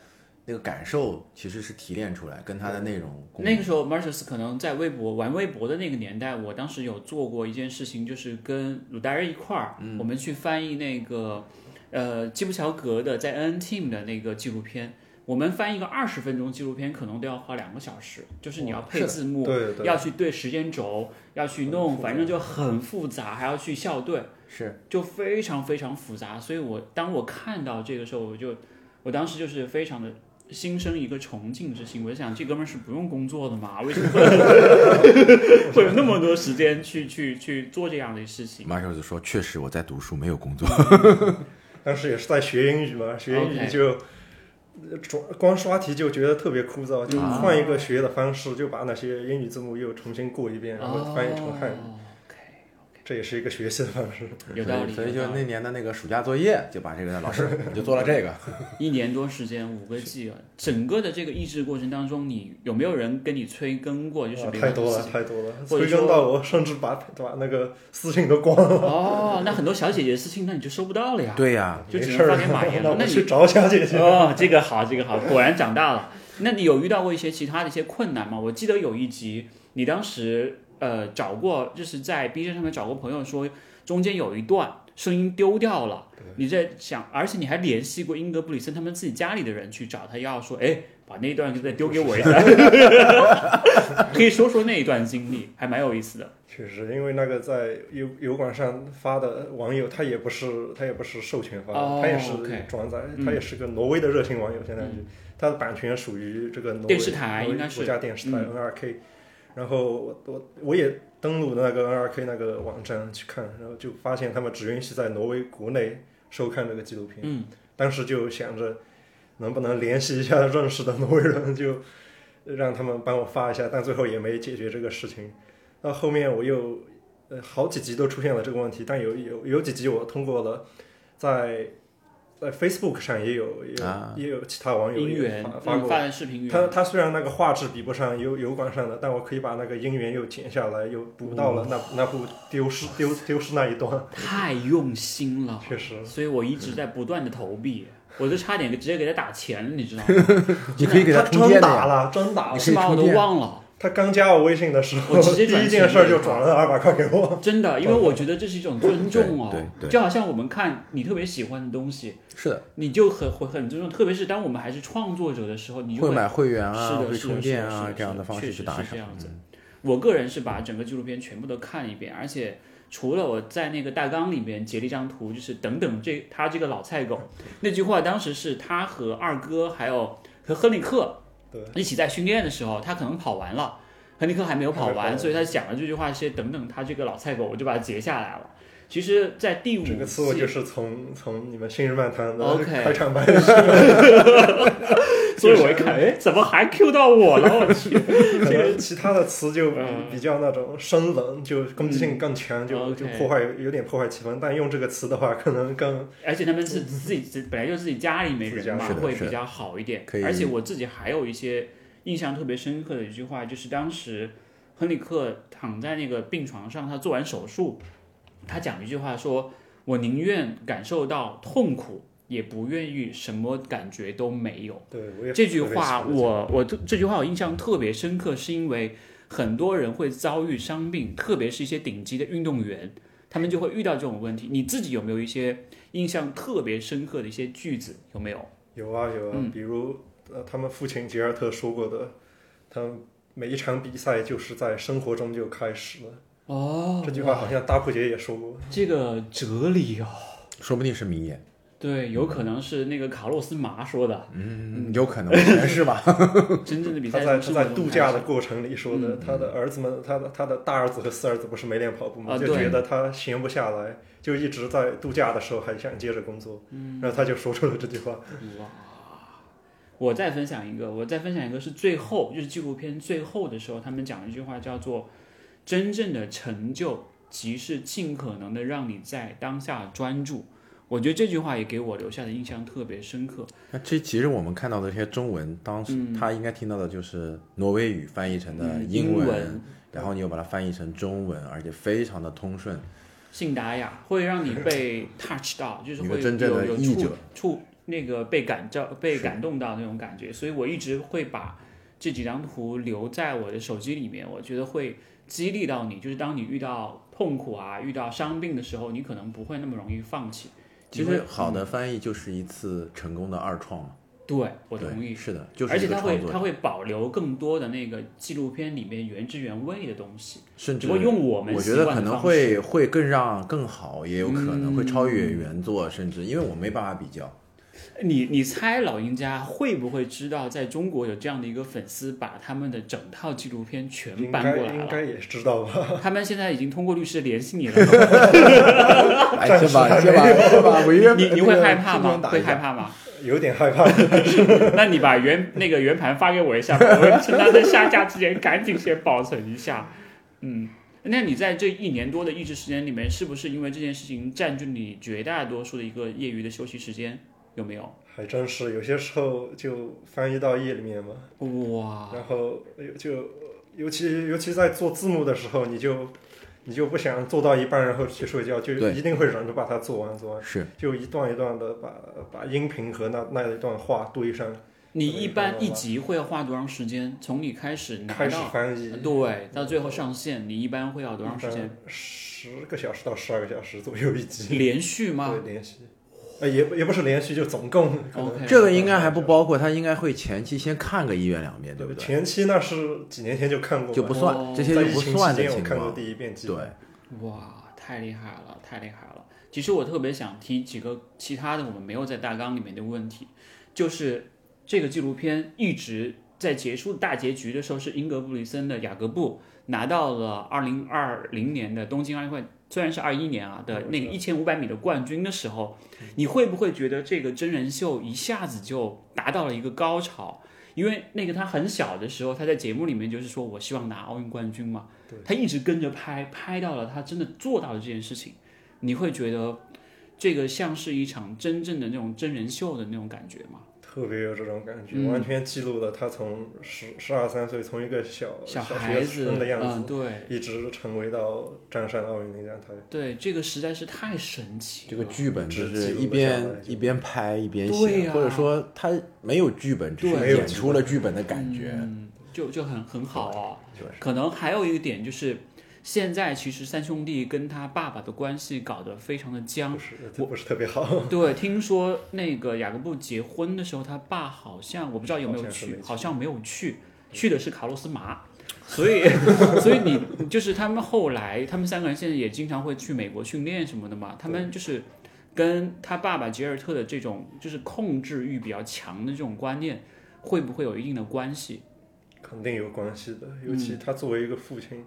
那个感受其实是提炼出来，跟他的内容共
那个时候，Marshalls 可能在微博玩微博的那个年代，我当时有做过一件事情，就是跟鲁达瑞一块儿，我们去翻译那个呃基普乔格的在 N Team 的那个纪录片。我们翻一个二十分钟纪录片可能都要花两个小时，就是你要配
是
字幕，
对对，
要去对时间轴，要去
很
弄，
复杂
反正就很复杂，还要去校对，
是
就非常非常复杂。所以我当我看到这个时候，我就我当时就是非常的心生一个崇敬之心，我就想这哥们儿是不用工作的嘛，为什么会会有那么多时间去去去做这样的事情？
马小子说，确实我在读书，没有工作。
嗯
当时也是在学英语嘛，学英语
OK
就呃主光刷题就觉得特别枯燥，就
啊
换一个学的方式，就把那些英语字母又重新过一遍，然后翻译成汉语，
哦
这也是一个学习的方式。
，OK，有道理，
所以所以
有
就
道理
那年的那个暑假作业，就把这个老师我就做了这个。
一年多时间，五个 G 啊，整个的这个意志过程当中，你有没有人跟你催更过？就是
哇
比如
啊太多
说
了，太多了，
或者
催
说
更到我甚至把把那个私信都关了。
哦，那很多小姐姐的私信，那你就收不到了呀，
对呀、
就
没
只
事
能
儿
发给马岩 了。
那我
那
去
你
找小姐姐。
哦，这个好，这个好，果然长大了。那你有遇到过一些其他的一些困难吗？我记得有一集，你当时呃找过，就是在 B 站上面找过朋友说，中间有一段声音丢掉了，你在想，而且你还联系过英格布里森他们自己家里的人去找他要说，哎，把那一段再丢给我一下， 可以说说那一段经历，还蛮有意思的。
确实，因为那个在油油管上发的网友，他也不是他也不是授权发的，
哦
他也是
OK
转载，
嗯
他也是个挪威的热心网友，相当于他的版权属于这个挪威
电视台
挪威
应该是
国家电视台
嗯
NRK，、然后我我我也登录那个 NRK 那个网站去看，然后就发现他们只允许在挪威国内收看这个纪录片，
嗯，
当时就想着能不能联系一下认识的挪威人，就让他们帮我发一下，但最后也没解决这个事情。到后面我又呃好几集都出现了这个问题，但有有有几集我通过了，在在 Facebook 上也有也有、
啊
也有其他网友
音
也
源
发发
嗯
过。
发的视频源
他他虽然那个画质比不上油油管上的，但我可以把那个音源又剪下来，又补到
嗯
了那、那部丢失丢丢失那一段，
太用心了。
确实。
所以我一直在不断的投 币，我就差点直接给他打钱了，你知道吗？
你可以给
他
充
真
电的
打
呀。
了，真打了
你可以
是吗？我
充
都
电
忘了，
他刚加我微信的时候，
我直接
第
转
一件事儿就转了二百块给我。
真的，因为我觉得这是一种尊重哦
对对，对
就好像我们看你特别喜欢的东西，
是的，
你就很会很尊重，特别是当我们还是创作者的时候，你就
会买会员
是
啊，
的，
会
是的
充
是
电
的是
啊
的，
这样的方
是的
式去
确
打
实是这。
赏嗯
样子。我个人是把整个纪录片全部都看了一遍，而且除了我在那个大纲里面截了一张图，就是等等这他这个老菜狗那句话，当时是他和二哥还有和亨利克
对
一起在训练的时候，他可能跑完了，亨利克还没有跑
还没跑
完，
完
所以他讲了这句话是等等他这个老菜狗，我就把它截下来了。其实，在第五
这个词我
季
就是从从你们《新日漫谈》的
OK
开场白 的时候，
所以我一看，哎，怎么还 Q 到我了？我去，
可能其他的词就
嗯
比较那种生冷，就攻击性更强，就
OK
就破坏有点破坏气氛。但用这个词的话，可能更
而且他们是自己自本来就自己家里没人嘛，
自己家
会
嗯是的
比较好一点
可以。
而且我自己还有一些印象特别深刻的一句话，就是当时亨利克躺在那个病床上，他做完手术，他讲了一句话说：“我宁愿感受到痛苦，也不愿意什么感觉都没有。”
对我也
这句话
特别喜欢
我我这这句话我印象特别深刻，是因为很多人会遭遇伤病，特别是一些顶级的运动员，他们就会遇到这种问题。你自己有没有一些印象特别深刻的一些句子？有没有？
有啊有啊，
嗯
比如呃，他们父亲吉尔特说过的，他们每一场比赛就是在生活中就开始了。
哦
这句话好像大库杰也说过。
这个哲理哦，
说不定是名言，
对，有可能是那个卡洛斯麻说的，
嗯，有可能可能是吧？
真正的比
他
赛
在
从
他
生
在
活中
度
开
假
始
的过程里说
嗯
的，他的儿子们，他的他的大儿子和四儿子不是没练跑步吗？
啊
就
对
觉得他闲不下来，就一直在度假的时候还想接着工作，
嗯
然后他就说出了这句话。
我再分享一个，我再分享一个是最后，就是纪录片最后的时候，他们讲了一句话叫做“真正的成就即是尽可能的让你在当下专注”。我觉得这句话也给我留下的印象特别深刻。
那这其实我们看到的这些中文，当时他应该听到的就是挪威语翻译成的
嗯
英
英
文，然后你又把它翻译成中文，而且非常的通顺。
信达雅会让你 被 touch 到，就是
一
会
个真正的
有有
译
触
者
触那个被感召、被感动到那种感觉，所以我一直会把这几张图留在我的手机里面，我觉得会激励到你，就是当你遇到痛苦啊、遇到伤病的时候，你可能不会那么容易放弃。
其
你会
实好的翻译就是一次成功的二创嘛，
对，我
对
同意。
是的，就是
而且
一个
它
创
会
作者
它会保留更多的那个纪录片里面原汁原味的东西，
甚
只
至
不过用我们
我
习
觉
惯的
得可能
方式
会会更让更好，也有可能会超越
嗯
原作，甚至因为我没办法比 较。
你你猜老鹰家会不会知道，在中国有这样的一个粉丝把他们的整套纪录片全
应
搬
该
过来
应该
了？
也知道吧？
他们现在已经通过律师联系你了，
哎，
暂
这
时
把
还
这把这把违约，
你你
那
会
个
害怕
新 闻
吗？
打
会
一
害
下。
怕吗？
有点害怕。
那你把圆那个圆盘发给我一下吧，我趁它在下架之前赶紧先保存一下。嗯，那你在这一年多的抑制时间里面，是不是因为这件事情占据你绝大多数的一个业余的休息时间？有没有？
还真是有些时候就翻译到页里面嘛，
哇，
然后呃就尤其尤其在做字幕的时候，你就你就不想做到一半然后去睡觉，就
对
一定会忍着把它做完做完，
是
就一段一段的把把音频和那那一段话对上，
你一般一集会要花多长时间？从你开始拿
开始
到
翻译，
对到最后上线，你一般会要多长时间？？
十个小时到十二个小时左右一集，
连续吗
对，连续，呃，也也不是连续，就总共可能
？OK，
这个应该还不包括，他应该会前期先看个一遍两遍，对不对？
前期那是几年前就看过嘛，
就不
哦
算这些
在
就
疫
不
情
算
期
的
间我
情
看过
况。
第一遍，基本
对，
哇，太厉害了，太厉害了！其实我特别想提几个其他的我们没有在大纲里面的问题，就是这个纪录片一直在结束大结局的时候，是英格布里森的《雅各布》拿到了二零二零年的东京奥运会，虽然是二一年啊的那个一千五百米的冠军的时候，你会不会觉得这个真人秀一下子就达到了一个高潮？因为那个他很小的时候，他在节目里面就是说我希望拿奥运冠军嘛，他一直跟着拍，拍到了他真的做到了这件事情，你会觉得这个像是一场真正的那种真人秀的那种感觉吗？
特别有这种感觉，
嗯
完全记录了他从十十二三岁，从一个小
呃
小
学
孩子，
生的样
嗯，
子，
对
一直成为到站上奥运领奖台。
对，这个实在是太神奇
这
了
个。剧本就
只记
是
录
一
了下来
边
就
一边拍一边
对
写，
呀
或者说他没有剧本，只
对
是
没有
演
剧
出了剧本的感觉。
嗯，就就很很好啊、
对对
可能还有一个点就是，现在其实三兄弟跟他爸爸的关系搞得非常的僵
不。是，不是特别好。
对，听说那个雅各布结婚的时候，他爸好像我不知道有没有
好像是
去
没，去
好像没有去，去的是卡洛斯麻。所以， 所以你就是他们后来，他们三个人现在也经常会去美国训练什么的嘛。他们就是跟他爸爸杰尔特的这种就是控制欲比较强的这种观念，会不会有一定的关系？
肯定有关系的，尤其
嗯
他作为一个父亲，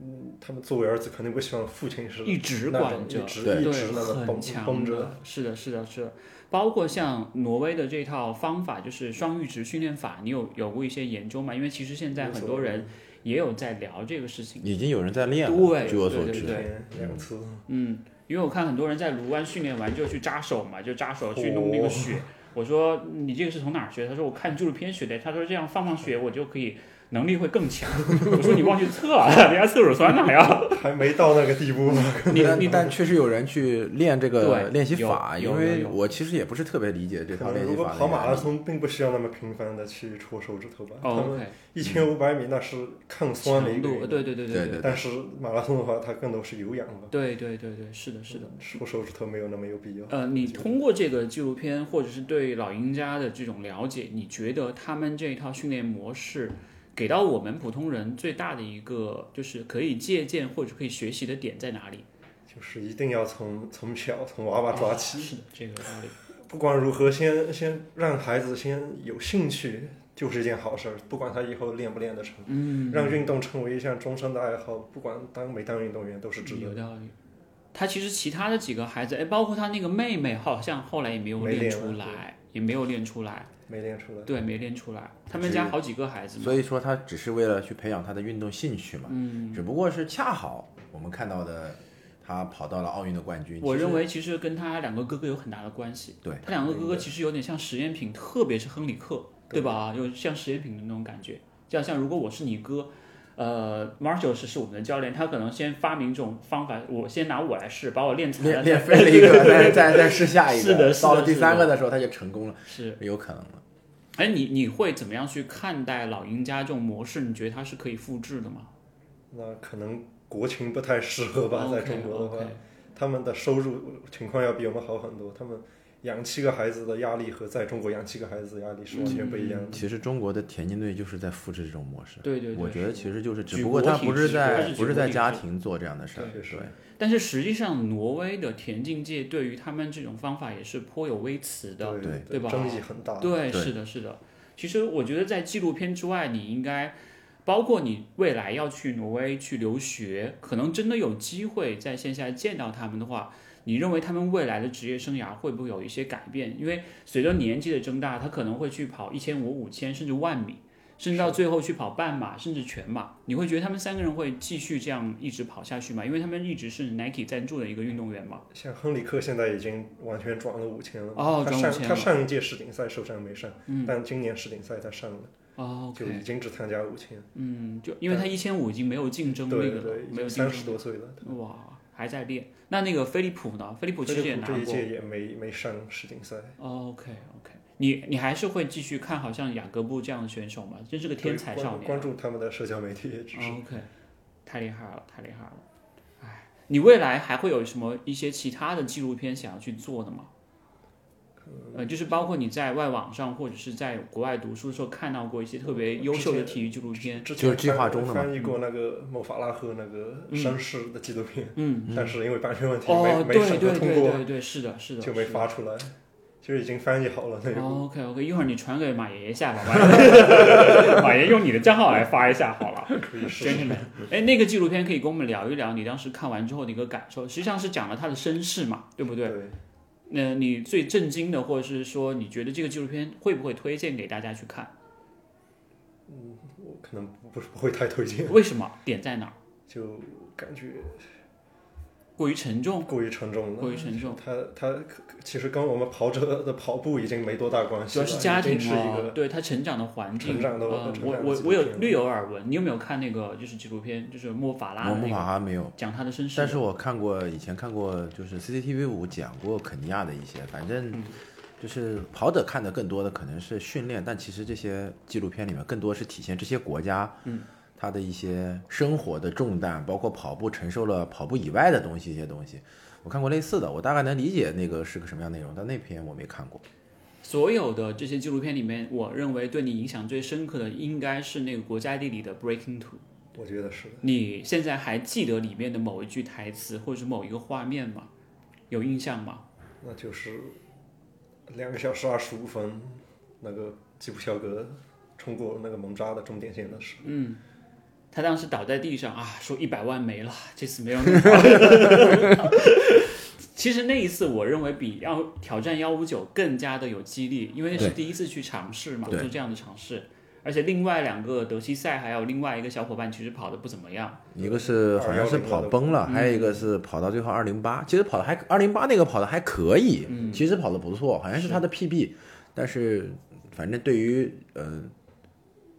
嗯，他们作为儿子肯定不希望父亲是
一直
那
管
种
着
一，直
对
一
对，
直那么
很
绷
强
绷着。
的，是的，是的，是的。包括像挪威的这套方法，就是双阈值训练法，你有有过一些研究吗？因为其实现在
有所
很多人也有在聊这个事情。
已经有人在练了，
对
据我
对
所
对
知。
对
两次，
嗯，因为我看很多人在卢湾训练完就去扎手嘛，就扎手去弄那个血。我说你这个是从哪儿学？他说我看纪录片学的。他说这样放放血，我就可以能力会更强。我说你忘记测啊，人家测手酸呢还要。
还没到那个地步。
你
但
你
但确实有人去练这个
对
练习
有
法，
有
因
有
为
有
我其实也不是特别理解这
可
套
能
练习
如果
法的
跑马拉
原理。
松，并不需要那么频繁的去戳手指头吧。他们
OK，
一千五百米那是抗酸的
哦
一
嗯强
个运
度，
动，
对对对
对
对
对
但是马拉松的话，它更多是有氧吧。嗯
对对对对，是的，是的。
戳手指头没有那么有必要。
呃，你通过这个纪录片或者是对老鹰家的这种了解，你觉得他们这一套训练模式给到我们普通人最大的一个就是可以借鉴或者可以学习的点在哪里？
就是一定要从从小从娃娃抓起，
啊是的，这个道理。
不管如何，先先让孩子先有兴趣，就是一件好事儿。不管他以后练不练得成，
嗯，
让运动成为一项终身的爱好，不管当没当运动员都是值得。
有道理。他其实其他的几个孩子，哎，包括他那个妹妹，好像后来也没有
没
练
练
出
了
来，也没有练出来，
没练出来，
对，没练出来。他们家好几个孩子嘛，
所以说，他只是为了去培养他的运动兴趣嘛，
嗯，
只不过是恰好我们看到的他跑到了奥运的冠军。
我
其实
认为其实跟他两个哥哥有很大的关系。
对，
他两个哥哥其实有点像实验品，特别是亨里克，对
对
吧？有像实验品的那种感觉。就好像如果我是你哥，呃，Marshall 是是我们的教练，他可能先发明这种方法，我先拿我来试，把我练残
练
了。
练飞了一个，再再再试下一个，
是的是的
到了第
是的
三个的时候他就成功了，
是，
有可能了。
哎，你你会怎么样去看待老鹰家这种模式？你觉得它是可以复制的吗？
那可能国情不太适合吧，在中国的话
o k o k
他们的收入情况要比我们好很多，他们养七个孩子的压力和在中国养七个孩子的压力是完全不一样的。
其实中国的田径队就是在复制这种模式。
对对对
我觉得其实就是，只
举
不过
国
他
体
不是
制它
在
是
不
举
是
国
在
体
家
制
庭做这样的事儿，
确实
但是实际上，挪威的田径界对于他们这种方法也是颇有微词的。
对
对吧
争议很大。
对，
对
是的，是的。其实我觉得在纪录片之外，你应该包括你未来要去挪威去留学，可能真的有机会在线下见到他们的话，你认为他们未来的职业生涯会不会有一些改变？因为随着年纪的增大，他可能会去跑一千五、五千甚至万米，甚至到最后去跑半马甚至全马。你会觉得他们三个人会继续这样一直跑下去吗？因为他们一直是 Nike 赞助的一个运动员嘛。
像亨里克现在已经完全转了五千了，
哦
他
转
上
5000
他
了
上一届世锦赛受伤没上，
嗯
但今年世锦赛他上了，
哦
就
，OK，
已经只参加五千，
嗯，就因为他一千五已经没有竞争力
对
了，
对，已
没有竞争
经三
力
十多岁了。
哇，还在练。那那个飞利浦呢？飞利浦其
菲
实也
利
拿
普这一
过。
届也没没上世锦赛，
OK OK，你你还是会继续看好像雅各布这样的选手吗？真是个天才
对关
少年。啊哦
关注他们的社交媒体也只是
OK，太厉害了，太厉害了。哎，你未来还会有什么一些其他的纪录片想要去做的吗？呃，就是包括你在外网上或者是在国外读书的时候看到过一些特
呃
别优秀的体育纪录片，
之
就
前
是计划
翻
中的嘛嗯
翻译过那个某法拉赫那个绅士的纪录片，
嗯，
但是因为版权问题没
哦，
没
对
审
对对
核通过，
对对，是的，是的，
就没
是的
发出来，就已经翻译好了那个。
OK 哦 OK，一会儿你传给马爷爷下吧，马爷 马爷用你的账号来发一下好了。
可以试试。
哦真的，哎，那个纪录片可以跟我们聊一聊你当时看完之后的一个感受，实际上是讲了他的身世嘛，对不对？
对，
那、你最震惊的，或者是说你觉得这个纪录片会不会推荐给大家去看？
我可能不不不会太推荐，
为什么？点在哪儿？
就感觉
过于沉重，
过于沉重了。
过于沉重，
它它其实跟我们跑者的跑步已经没多大关系
主
了，
要是家
已
庭
经啊是一
哦
个，
对他成长的环境，
成长的
呃
成长
我
的
我
纪录
我有
片
略有耳闻。你有没有看那个就是纪录片，就是莫法拉
我
的
们
那
好
个
像没有。
讲他的身世
但
的？
是我看过以前看过，就是 CCTV 五讲过肯尼亚的一些，反正就是跑者看的更多的可能是训练，但其实这些纪录片里面更多是体现这些国家，嗯，他的一些生活的重担，包括跑步承受了跑步以外的东西一些东西。我看过类似的，我大概能理解那个是个什么样的内容，但那篇我没看过。
所有的这些纪录片里面，我认为对你影响最深刻的应该是那个国家地理的《Breaking Two》。
我觉得是的。
你现在还记得里面的某一句台词或者是某一个画面吗？有印象吗？
那就是两个小时二十五分，那个吉普乔格冲过那个蒙扎的终点线的时候，
他当时倒在地上啊，说一百万没了，这次没有那么好。 其实那一次，我认为比要挑战幺五九更加的有激励，因为那是第一次去尝试嘛，
对
做这样的尝试。而且另外两个德西赛还有另外一个小伙伴，其实跑的不怎么样。
一个是好像是跑崩了，还有一个是跑到最后二零八，其实跑的还二零八那个跑的还可以，
嗯
其实跑的不错，好像是他的 PB，但是反正对于呃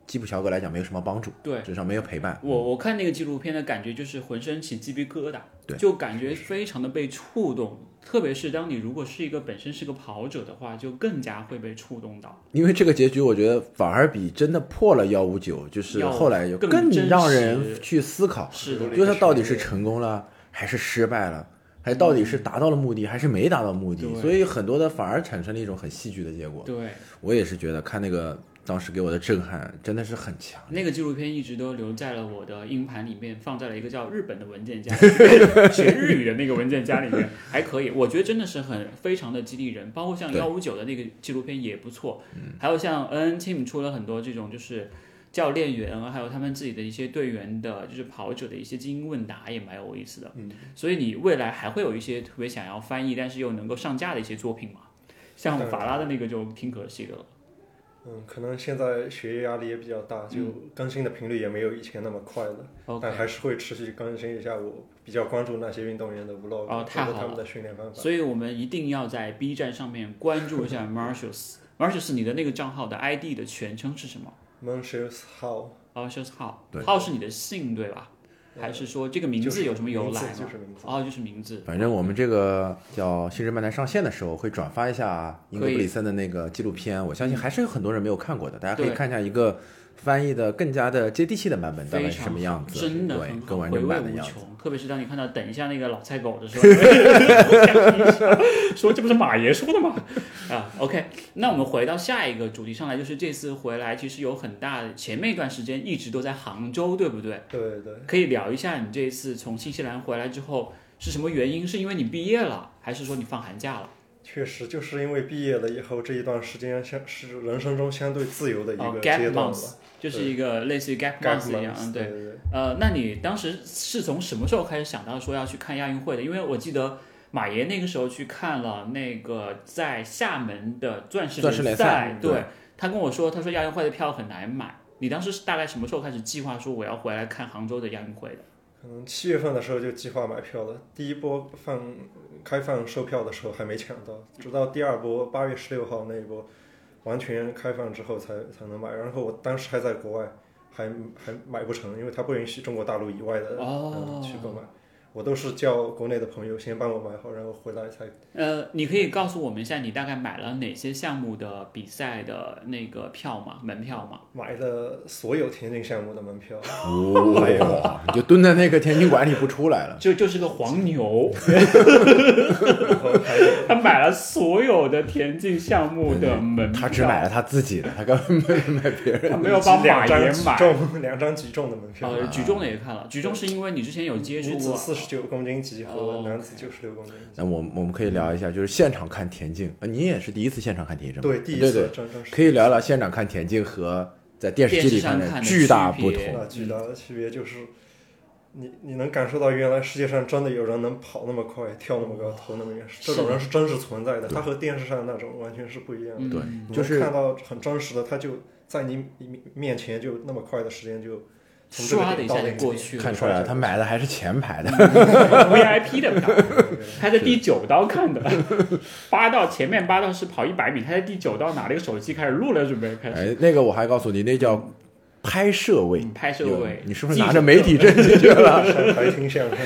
基普乔格来讲没有什么帮助，
对，
至少没有陪伴。
我我看那个纪录片的感觉就是浑身起鸡皮疙瘩，
对
就感觉非常的被触动。特别是当你如果是一个本身是个跑者的话，就更加会被触动到。
因为这个结局，我觉得反而比真的破了幺五九，就是
要
后来有
更
更
真实
让人去思考，
是
的
就是他到底是成功了还是失败了，还到底是达到了目的还是没达到目的，
嗯对
所以很多的反而产生了一种很戏剧的结果。
对，
我也是觉得看那个当时给我的震撼真的是很强。
那个纪录片一直都留在了我的硬盘里面，放在了一个叫日本的文件夹，学日语的那个文件夹里面，还可以。我觉得真的是很非常的激励人，包括像
对
幺五九的那个纪录片也不错，还有像 N N Team 出了很多这种就是教练员啊，还有他们自己的一些队员的，就是跑者的一些精英问答也蛮有意思的。
嗯，
所以你未来还会有一些特别想要翻译，但是又能够上架的一些作品嘛？像
当然
法拉的那个就挺可惜的了。
嗯，可能现在学业压力也比较大，就更新的频率也没有以前那么快了，
嗯 OK，
但还是会持续更新一下我比较关注那些运动员的 vlog，、
哦太好
他们的训练方法。
所以我们一定要在 B 站上面关注一 下 Marshals。Marshals，你的那个账号的 ID 的全称是什么
Mon shows how
？Marshals 号
对，
号是你的姓对吧？还是说这个名字有什么由来
就
吗
是名字就是名？字
哦，就是名字。
反正我们这个叫《新日漫谈》上线的时候，会转发一下英格布里森的那个纪录片，我相信还是有很多人没有看过的，大家可以
对
看一下一个翻译的更加的接地气的版本到底
非
是什
常
么样子，
真的
对
很，好，
跟完
回
整
味
版的
无
样子。
穷。特别是当你看到等一下那个老菜狗的时候， 我想一下说这不是马爷说的吗？啊，OK，那我们回到下一个主题上来，就是这次回来其实有很大，前面一段时间一直都在杭州，对不对？
对对，
可以聊一下你这一次从新西兰回来之后是什么原因？是因为你毕业了，还是说你放寒假了
确实就是因为毕业了以后这一段时间相是人生中相对自由的一
哦
个
，gap
阶段了
months，就是一个类似于 gap
，gap
month 一样，
months，
对
对。对。
呃，那你当时是从什么时候开始想到说要去看亚运会的？因为我记得马爷那个时候去看了那个在厦门的钻石
钻石联
赛
赛，
对
对
他跟我说，他说亚运会的票很难买。你当时是大概什么时候开始计划说我要回来看杭州的亚运会的？
可能七月份的时候就计划买票了，第一波放开放售票的时候还没抢到，直到第二波八月十六号那一波完全开放之后才才能买。然后我当时还在国外，还还买不成，因为它不允许中国大陆以外的
哦
嗯去购买。我都是叫国内的朋友先帮我买好，然后回来才
呃，你可以告诉我们一下你大概买了哪些项目的比赛的那个票吗？门票吗？
买了所有田径项目的门票。
哇，哦哎你就蹲在那个田径馆里不出来了。
就就是个黄牛，
然后还有
他买了所有的田径项目的门票，
他只买了他自己的，他根本没有买 别人。
他没有帮马
两
爷
张举
买。
重， 两张举重的门票。
呃，举重的也看了，举重是因为你之前有接触
女子
过，
四十九公斤级和
哦
男子九十六公斤级。
那我们我们可以聊一下，就是现场看田径，呃，你也是第一次现场看田径吗？
对，第一
对
次
对，
真正是
可以聊聊现场看田径和在电视机里
电视上看的
巨大不
区别
同。
那巨大的区别就是，你你能感受到原来世界上真的有人能跑那么快、跳那么高、投那么
哦
远，这种人是真实存在的，他和电视上那种完全是不一样的。
嗯
对，
你能
就是
看到很真实的，他就在你面面前，就那么快的时间就从这
唰
个
的一
点到
下
那
就
个
过
点
去了
看出来了，他买的还是前排的。
，VIP 的票， 他在第九道看的，八道前面八道是跑一百米，他在第九道拿了一个手机开始录了，准备开始 嗯
哎，那个我还告诉你，那叫拍摄位。
拍摄
有
位，
你是不是
记者
拿着媒体证 进去了？
上台听相声。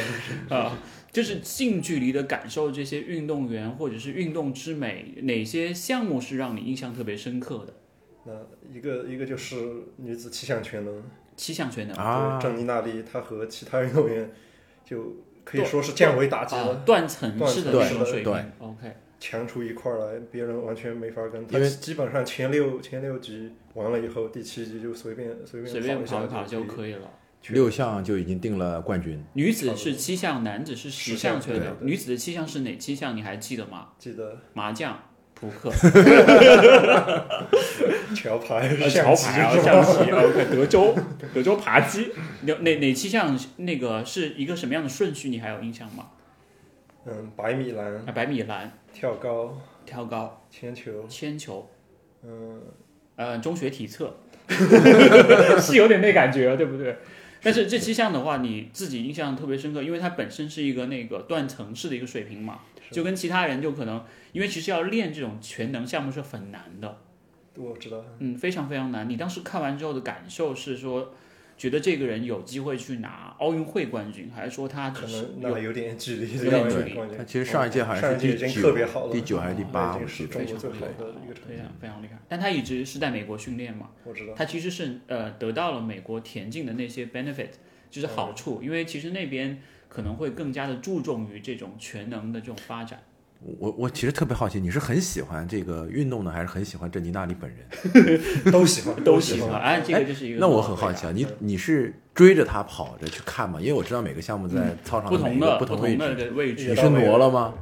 啊？就是近距离的感受这些运动员或者是运动之美，哪些项目是让你印象特别深刻的？
那一个一个就是女子气象全能，
七项全能
啊
对，郑妮娜莉，她和其他运动员就可以说是降维打击了。
啊，断层式的
断
那
层
种
对
水平
对
，OK，
强出一块儿来，别人完全没法跟。他
因为
基本上前六前六局完了以后，第七局就随便随便
随便跑
一
一跑
下
就
可以。
可以了。
六项就已经定了冠军，
女子是七项，男子是十项全
十
能
项。对
女子的七项是哪七项？你还记得吗？
记得
麻将、扑 克、
桥牌、
呃
象
桥
棋
牌啊、
是吧
象棋、OK，德州、 德州扒鸡。哪哪哪七项？那个是一个什么样的顺序？你还有印象吗？
嗯，百米栏、
啊，百米栏、
跳高、
跳高、
铅球，
铅球，
嗯，
呃，中学体测， 是有点那感觉，对不对？但是这七项的话，你自己印象特别深刻，因为它本身是一个那个断层式的一个水平嘛，
是
就跟其他人就可能，因为其实要练这种全能项目是很难的。
我知道。
嗯，非常非常难。你当时看完之后的感受是说，觉得这个人有机会去拿奥运会冠军，还是说他
可
只是
能那
有
有点距离，
有点距离
他其实上一届好像
嗯上
是
一届
第
已经
九
特别好了，
第九还是第八，
已
我
经
记
是
非
得。
中国
常
最好
厉害
的一个成
非
绩
常，非常厉害？但他一直是在美国训练嘛，
我知道。
他其实是呃得到了美国田径的那些 benefit，就是好处，因为其实那边可能会更加的注重于这种全能的这种发展。
我我其实特别好奇，你是很喜欢这个运动呢，还是很喜欢郑妮娜莉本人？
都喜欢，
都
喜
喜欢，
欢。
哎，这个就是一个
那我很好奇啊，你你是追着她跑着去看吗？因为我知道每个项目在操场
不
每
同
一个
的
不
同
同位
的
置，
的位置
你，是挪了吗？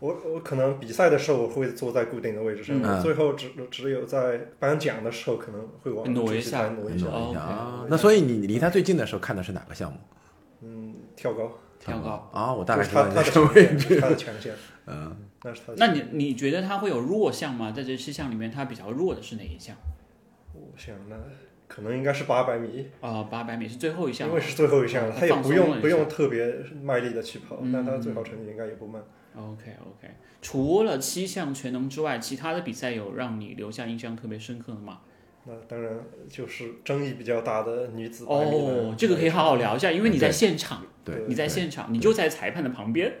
我我可能比赛的时候我会坐在固定的位置上，
嗯
最后只只有在颁奖的时候可能会往
挪一
主席
下
台挪一下
嗯。
挪一下啊
OK，OK。
那所以你离她最近的时候看的是哪个项目？
嗯，跳高，
跳高。
啊，我大概知
这是他
道你
他
在
的
什么位
强
置。
项，这是他的强项，
嗯，
那是他的。
那你你觉得他会有弱项吗？在这七项里面，他比较弱的是哪一项？
我想那可能应该是八百米，
啊，八百米是最后一项
因为是最后一项了，
嗯
他也
放
不
松了一
用
下
不用特别卖力的去跑，
嗯
但他最好成绩应该也不慢。
OK OK，除了七项全能之外，其他的比赛有让你留下印象特别深刻的吗？
那当然就是争议比较大的女子百米栏
哦，这个可以好好聊一下，因为你在现场，
对
对
你在现场，你就在裁判的旁边，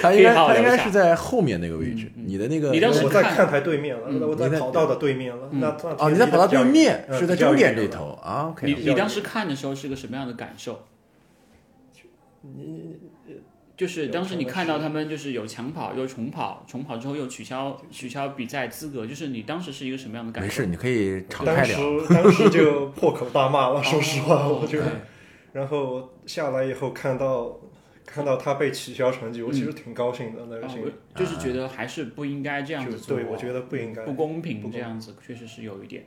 他应
可以
该
好好
他
聊一
应该
下嗯
是在后面那个位置，你的那个
你当时
我在
看
看台对面了，
嗯
我在
你在
跑道的对面了。
嗯
那那
哦，你在跑道对面
呃
是在
比较
终点
远
这
了
头啊
你
？OK，
你当时看的时候是个什么样的感受？
嗯
就是当时你看到他们就是有抢跑又重跑，重跑之后又取消取消比赛资格，就是你当时是一个什么样的感
没
受？
事，你可以敞
当
开
时
聊。
当时就破口大骂 了，说实话，
哦
我就。然后下来以后看到看到他被取消成绩，我其
嗯
实挺高兴的，那
哦
个心
我
里
就是觉得还是不应该这样
就
子做，
对，我觉得不应该
不。公
不
平，
公
这样子确实是有一点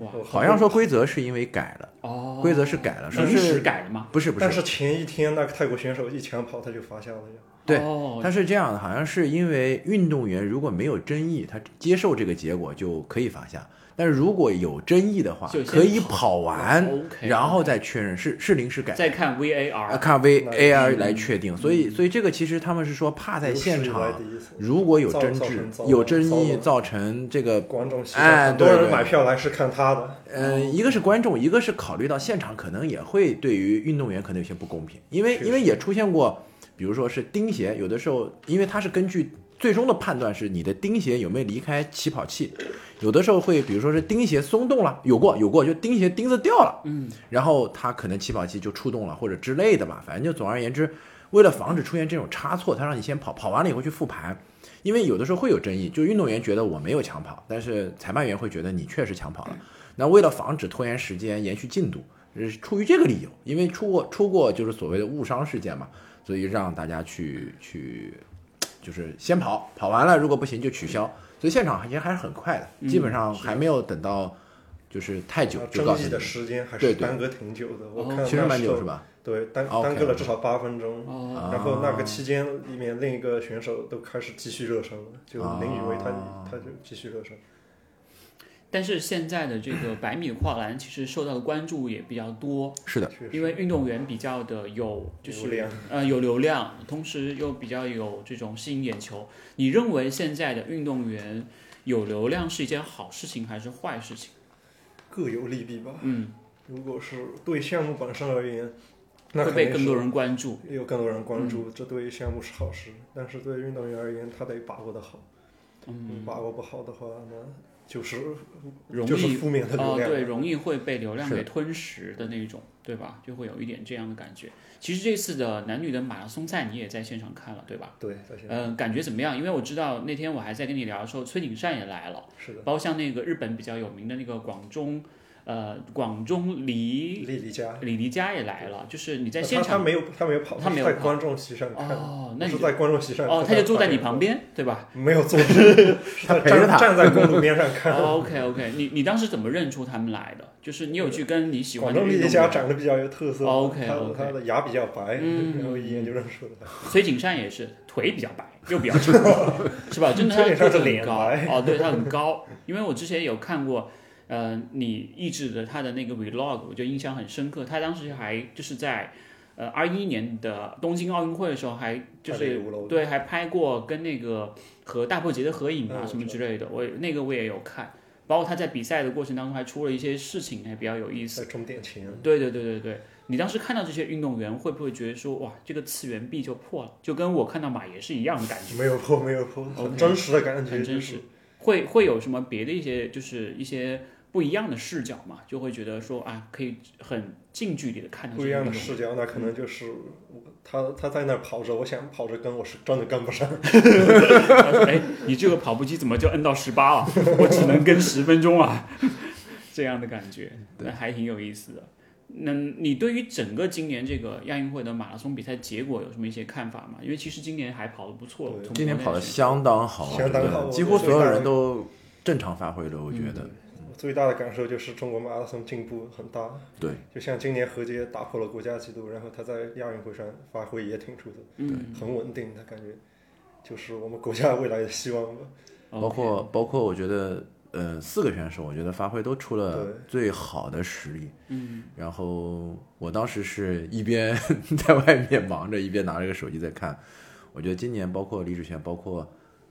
哇
我
哦好像说规则是因为改了，
哦，
规则是改了，说
临时
是
改了吗？
不是不
但
是，
是前一天那个泰国选手一抢跑，他就罚下了呀。
对
哦，
它是这样的，好像是因为运动员如果没有争议，他接受这个结果就可以罚下；但是如果有争议的话
就，先哦
可以跑完，
OK，
然后再确认是是临时改，
再看
啊
VAR，
看 VAR
嗯
来确定。所以，所以这个其实他们是说怕在
有史
现
以来
场
第一次，
如果有
造
争
造
执
成骚、
有
扰
争议，
骚扰
造成这个
观众席
哎
很多
对
人
对
买票来是看他的，
嗯，一个是观众，一个是考虑到现场可能也会对于运动员可能有些不公平，因为
是
因为也出现过，比如说是钉鞋，有的时候因为它是根据最终的判断是你的钉鞋有没有离开起跑器，有的时候会比如说是钉鞋松动了，有过有过，就钉鞋钉子掉了，
嗯，
然后它可能起跑器就触动了或者之类的吧，反正就总而言之，为了防止出现这种差错，它让你先跑，跑完了以后去复盘。因为有的时候会有争议，就运动员觉得我没有抢跑，但是裁判员会觉得你确实抢跑
嗯
了。那为了防止拖延时间、延续进度，是出于这个理由，因为出过出过就是所谓的误伤事件嘛，所以让大家去去就是先跑，跑完了如果不行就取消。所以现场其实还是很快的，
嗯
基本上
是
还没有等到就是太久
啊
就告
争
诉
议
你
的，时间还
对
是
对
耽搁挺久的。我
哦
看
其实
那
蛮
时
久
候
是吧？哦
对，耽
OK，
耽搁了至少八分钟。
哦，
啊
然后那个期间里面，另一个选手都开始继续热身了，就林宇威他、
啊
他就继续热身。
但是现在的这 个百米跨栏其实受到的关注也比较多，
是的，
确实
因为运动员比较的有就是
流量
呃有流量，同时又比较有这种吸引眼球。你认为现在的运动员有流量是一件好事情还是坏事情？
各有利弊吧。
嗯，
如果是对项目本身而言，那
会
肯
被
定
更
是
多人嗯关注。
有更多人关注，这对于项目是好事。但是对运动员而言，他得把握得好。
嗯，
把握不好的话，那就是
容
就是
易
负面的
哦
流，量。
对，容易会被流量
是
给吞食的那种，对吧？就会有一点这样的感觉。其实这次的男女的马拉松赛你也在现场看了，对吧？
对，在现在
嗯、感觉怎么样？因为我知道那天我还在跟你聊的时候，崔景善也来了。
是的，
包括像那个日本比较有名的那个广中，呃，广中
丽
离
丽佳
李黎佳也来了，就是你在
那
现
呃他他
场
没有他没有跑，
他没有
是在
跑
观众席上看的，
哦，
我
那你
是
就
在观众席上
哦，
看
他就坐在
发
你
言的
旁边，对吧？
没有坐，
他
他
陪着
站
他
站在公路边上 看。
哦，OK OK，你你当时怎么认出他们来的？就是你有去跟你喜欢
广
的
州丽
运
丽
动
家
员，
长得比较有特色
哦，OK，
她
OK
她的牙比较白，
嗯
然后一眼就认出了她。
崔景善也是腿比较白，又 比较长，是吧？真的，他
崔
个
景善是
子很
脸
高
白
哦，对他很高，因为我之前有看过。呃，你抑制的他的那个 vlog，我就印象很深刻。他当时还就是在，呃，二一年的东京奥运会的时候，还就
她这
是
个五楼的
对，还拍过跟那个和大破节的合影
嗯
啊
我
什么之
知
类的，我也那个我也有看，包括他在比赛的过程当中还出了一些事情，还比较有意思。
在终点前，
对对对对对，你当时看到这些运动员，会不会觉得说哇，这个次元壁就破了，就跟我看到马爷是一样的感觉，
没有破，没有破，
OK
很真实的感觉，
很真
就是
实。会会有什么别的一些就是一些不一样的视角嘛？就会觉得说啊，可以很嗯近距离的看到这
不
些
一
运
样的
动员。
视角，那可能就是我他他在那儿跑着，我想跑着跟，我是真的跟不上。
他说：“哎，你这个跑步机怎么就摁到十八了？ 我只能跟十分钟啊。” 这样的感觉，那还挺有意思的。那你对于整个今年这个亚运会的马拉松比赛结果有什么一些看法吗？因为其实今年还跑得不错，
对
从
今天
国内
跑的
选
相当好，啊我
相当
觉得
好
几乎
我觉
所有
得
人都正常发挥了，我觉得
我最大的感受就是中国马拉松进步很大，
对。
就像今年何洁打破了国家纪录，然后她在亚运会上发挥也挺出色，
嗯，
很稳定，她感觉就是我们国家未来的希望吧。
包括包括我觉得，呃，四个选手我觉得发挥都出了
对
最好的实力。
嗯，
然后我当时是一边 在外面忙着，一边拿着个手机在看。我觉得今年包括李子璇，包括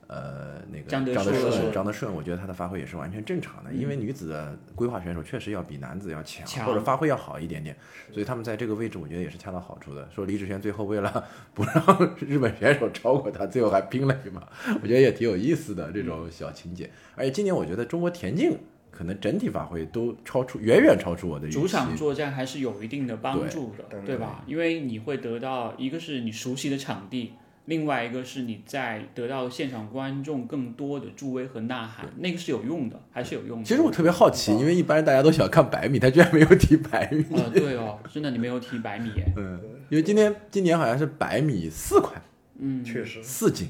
呃那个
张德
德
顺嗯
顺，张德顺，我觉得他的发挥也是完全正常的，因为女子的规划选手确实要比男子要强，
强
或者发挥要好一点点，所以他们在这个位置我觉得也是恰到好处的。说李芷萱最后为了 不让日本选手超过她，最后还拼了一把，我觉得也挺有意思的这种小情节。而且今年我觉得中国田径可能整体发挥都超出远远超出我的预期，
主场作战还是有一定的帮
对
助的，
当
对吧？因为你会得到一个是你熟悉的场地，另外一个是你在得到现场观众更多的助威和呐喊，那个是有用的，还是有用的。
其实我特别好奇，因为一般大家都想看百米，他居然没有提百米。
啊、对哦，真的你没有提百米 耶，
嗯，因为今天今年好像是百米四块
嗯，
确实，
四金，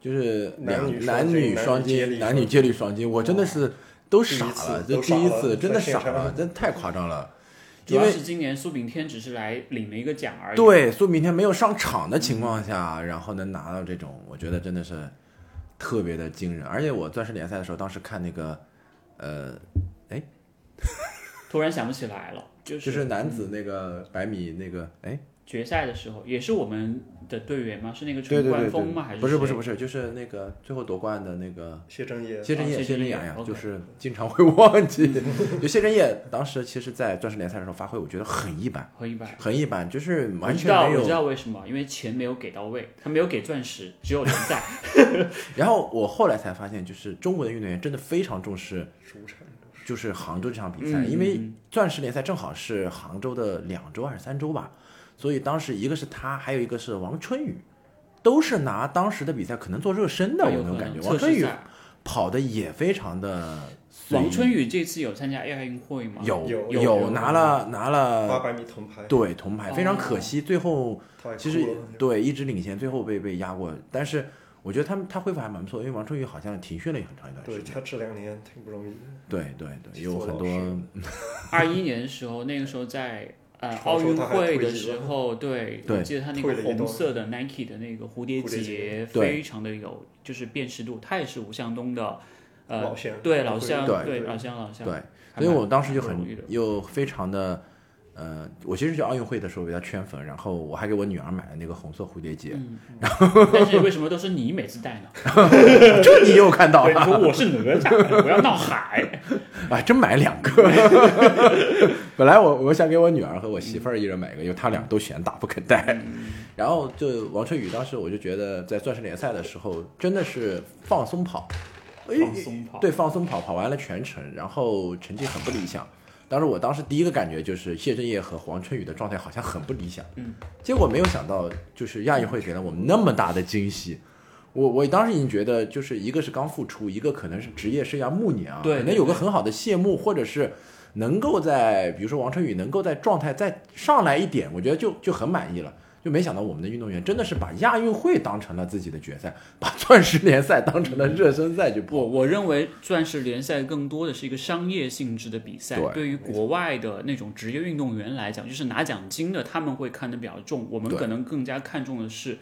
就是
男女
两
双
男
金
女
男
双
女接
金，
力
男女接力双金，我真的是都傻了，
第一次
这第一次
都傻了
真的
在现
傻了，
场
真太夸张了。
主
因
要
为
是今年苏炳添只是来领了一个奖而已。，
对苏炳添没有上场的情况下，然后能拿到这种，我觉得真的是特别的惊人。而且我钻石联赛的时候，当时看那个，呃，
突然想不起来了，就嗯
就是是男子那个百米那个，哎，
决赛的时候，也是我们的队员吗？是那个
对
陈
对对
冠
对
峰吗？还，
不
是
是不是
谁
不是，就是那个最后夺冠的那个
谢震业
谢震业，
哦
谢
谢
震
震
业，
业
哎呀，
OK
就是经常会 忘记。就谢震业当时其实，在钻石联赛的时候发挥，我觉得很一般，
何一白？
很一般，就是完
我知
全
道，
没
我知
有。
道为什么，因为钱没有给到位，他没有给钻石，只有联 赛。
然后我后来才发现，就是中国的运动员真的非常重视，
主场
就是杭州这场比赛，
嗯
因为
嗯
钻石联赛正好是杭州的两周还是三周吧，所以当时一个是他，还有一个是王春雨。都是拿当时的比赛可能做热身的，
哎有
我
可
能
能
感觉王
测
春
试
雨
赛。
跑的也非常的随意。
王春雨这次有参加亚运会吗？
有
有
有有
拿了拿了
八百米铜牌，
呃对，铜牌非常
哦
可惜，最后
太
其
酷
实
了。
对一直领先，最后被被压过。但是我觉得他们他恢复还蛮不错，因为王春雨好像停训了也很长一段
对
时间。
他这两年挺不容易的，
对对对，有
做
很
老
多
师
二一年的时候，那个时候在呃
传
奥
说
运
他还
会
退
的
役
时
了
候，对，
对
我记得他那
退
个
了一
红
段
色的 Nike 的那个蝴蝶
蝴蝶
结，
对
非常的有就是辨识度。他也是吴向东的，
老
呃，
乡
对老乡，
对
对老乡老乡，
对，
还
所以
蛮
我当时就
蛮
很
不容易的
又非常的。呃，我其实去奥运会的时候被他圈粉，然后我还给我女儿买了那个红色蝴蝶结，
嗯，但是为什么都是你每次 带呢？
啊这你又看到
对，
了
你说我是哪吒，我要闹海。
啊？真买两个。 本来我我想给我女儿和我媳妇儿一人买一个，因为她俩都嫌大不肯戴。
嗯
然后就王晨宇，当时我就觉得在钻石联赛的时候，真的是放松跑，哎
放松跑
对，放松跑，跑完了全程，然后成绩很不理想。当时我当时第一个感觉就是谢震业和王春雨的状态好像很不理想，
嗯，
结果没有想到就是亚运会给了我们那么大的惊喜。我我当时已经觉得，就是一个是刚复出，一个可能是职业生涯暮年啊，
对
可能有个很好的谢幕，或者是能够在比如说王晨宇能够在状态再上来一点，我觉得就就很满意了。就没想到我们的运动员真的是把亚运会当成了自己的决赛，把钻石联赛当成了热身赛去跑。
我我认为钻石联赛更多的是一个商业性质的比赛，
对
对于国外的那种职业运动员来讲，就是拿奖金的他们会看得比较重，我们
对
可能更加看重的是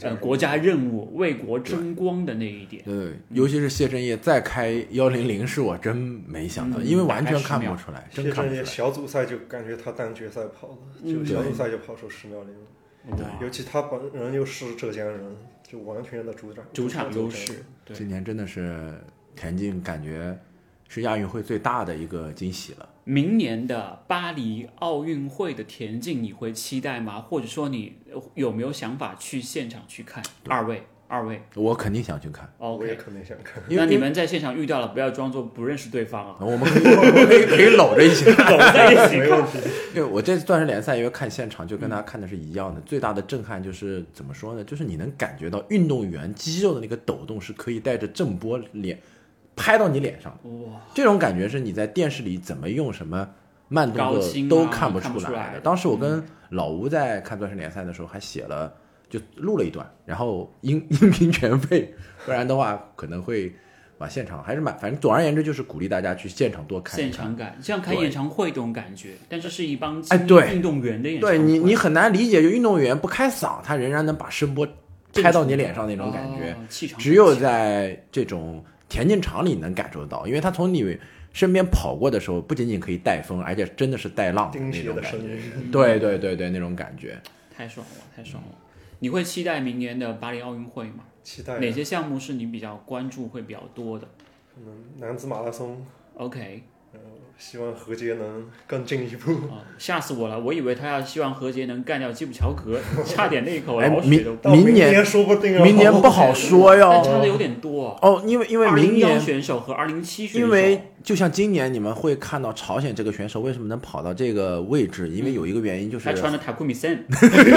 呃国家任务、为国争光的那一点。
对，尤其是谢震业再开幺零零，是我真没想到，
嗯
因为完全
大概
看
10
不
秒
出来，真
谢
看
震
不
业
出
小组赛就感觉他当决赛跑了，就
嗯
小组赛就跑出十秒
嗯
零，
对
尤其他本人又是浙江人，就完全的主场
主场优
主
势，
来。
对，
今年真的是田径，感觉是亚运会最大的一个惊喜了。
明年的巴黎奥运会的田径你会期待吗？或者说你有没有想法去现场去看？二位，二位
我肯定想去看，
我也
，OK。
可能想看，
因为
那你们在现场遇到了，不要装作不认识对方 啊，
我们可以我们可以可以搂着一起看。
走在一起
没
看
问。题。
因为我这次钻石联赛，因为看现场就跟大家看的是一样的，最大的震撼就是怎么说呢？就是你能感觉到运动员肌肉的那个抖动是可以带着震波脸拍到你脸上的。
哇，
这种感觉是你在电视里怎么用什么慢动
高
作
清啊
都看不
看
出
不出
来
来
的。
的
当时我跟老吴在看钻石联赛的时候，还写了就录了一段，然后音音频全废，不然的话可能会把现场还是蛮，反正总而言之就是鼓励大家去现场多看一
现
看。
场感，像开
对
演唱会这种感觉，但是是一帮精
哎
英
对
运动员的演唱会。
对你，你很难理解，就运动员不开嗓，他仍然能把声波拍到你脸上那种感觉。
哦气场很强。
只有在这种田径场里能感受到，因为他从你身边跑过的时候，不仅仅可以带风，而且真的是带浪的
钉
那
鞋
种
的
感
声
觉。
音，
对对对对，那种感觉。
太爽了，太爽了。你会期待明年的巴黎奥运会吗？
期待啊
哪些项目是你比较关注会比较多的
可能男子马拉松，
？OK，
希望何洁能更进一 步。
啊、吓死我了！我以为他要希望何洁能干掉基普乔格，差点那一口
哎
老
明
血都。
到
明年
年说不定啊，
明年不好说
但
哟。
差的有点多、啊，
哦，因为因为明
2011
年，
选手和二零七选手，
因为就像今年你们会看到朝鲜这个选手为什么能跑到这个位置，因为有一个原因就是
他穿的塔库米森，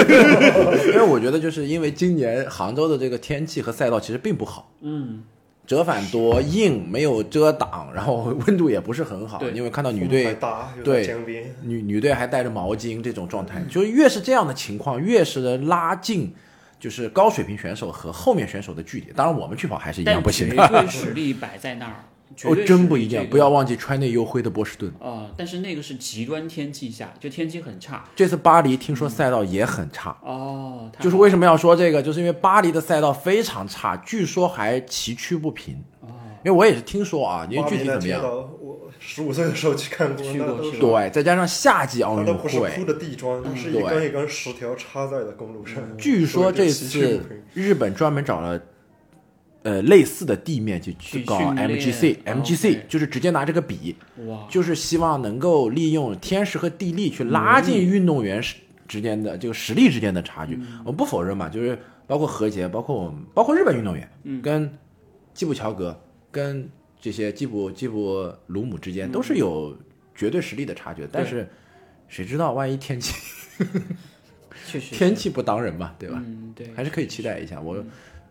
因为我觉得就是因为今年杭州的这个天气和赛道其实并不好，
嗯，
折返多硬，没有遮挡，然后温度也不是很好。
对嗯
因为看到女
风还
队
大又在
对
江边，
女女队还带着毛巾这种状态，
嗯
就越是这样的情况，越是能拉近就是高水平选手和后面选手的距离。当然我们去跑还是一样
但
不行
绝
的，
对实力摆在那儿，绝
哦
对，
真不一样。
样，
不要忘记川内优辉的波士顿，
呃，但是那个是极端天气下，就天气很差
这次巴黎听说赛道也很差。
哦，太
就是
好
为什么要说这个，就是因为巴黎的赛道非常差，据说还崎岖不平。
哦
因为我也是听说啊，因为具体怎么样
巴黎那街，道我十五岁的时候去看过，
去
那
过
都
去
是
过
对，再加上夏季奥
它都
运
不是铺
会，
的地砖，是一根一根石条插在的公路上。
嗯
嗯
据说这
所以就崎
次
岖不平
日本专门找了。呃，类似的地面去去
去
搞
训练
MGC，MGC、
哦
MGC
，OK
就是直接拿这个比，
哇，
就是希望能够利用天时和地利去拉近运动员实之间的这个实力之间的差距。
嗯
我不否认嘛，就是包括何洁，包括我们，包括日本运动员，
嗯
跟基普乔格、跟这些基普基普鲁姆之间都
嗯
是有绝对实力的差距的。但是谁知道万一天气
确实，
天气不当人嘛，对吧？
嗯，对，
还是可以期待一下。
嗯
我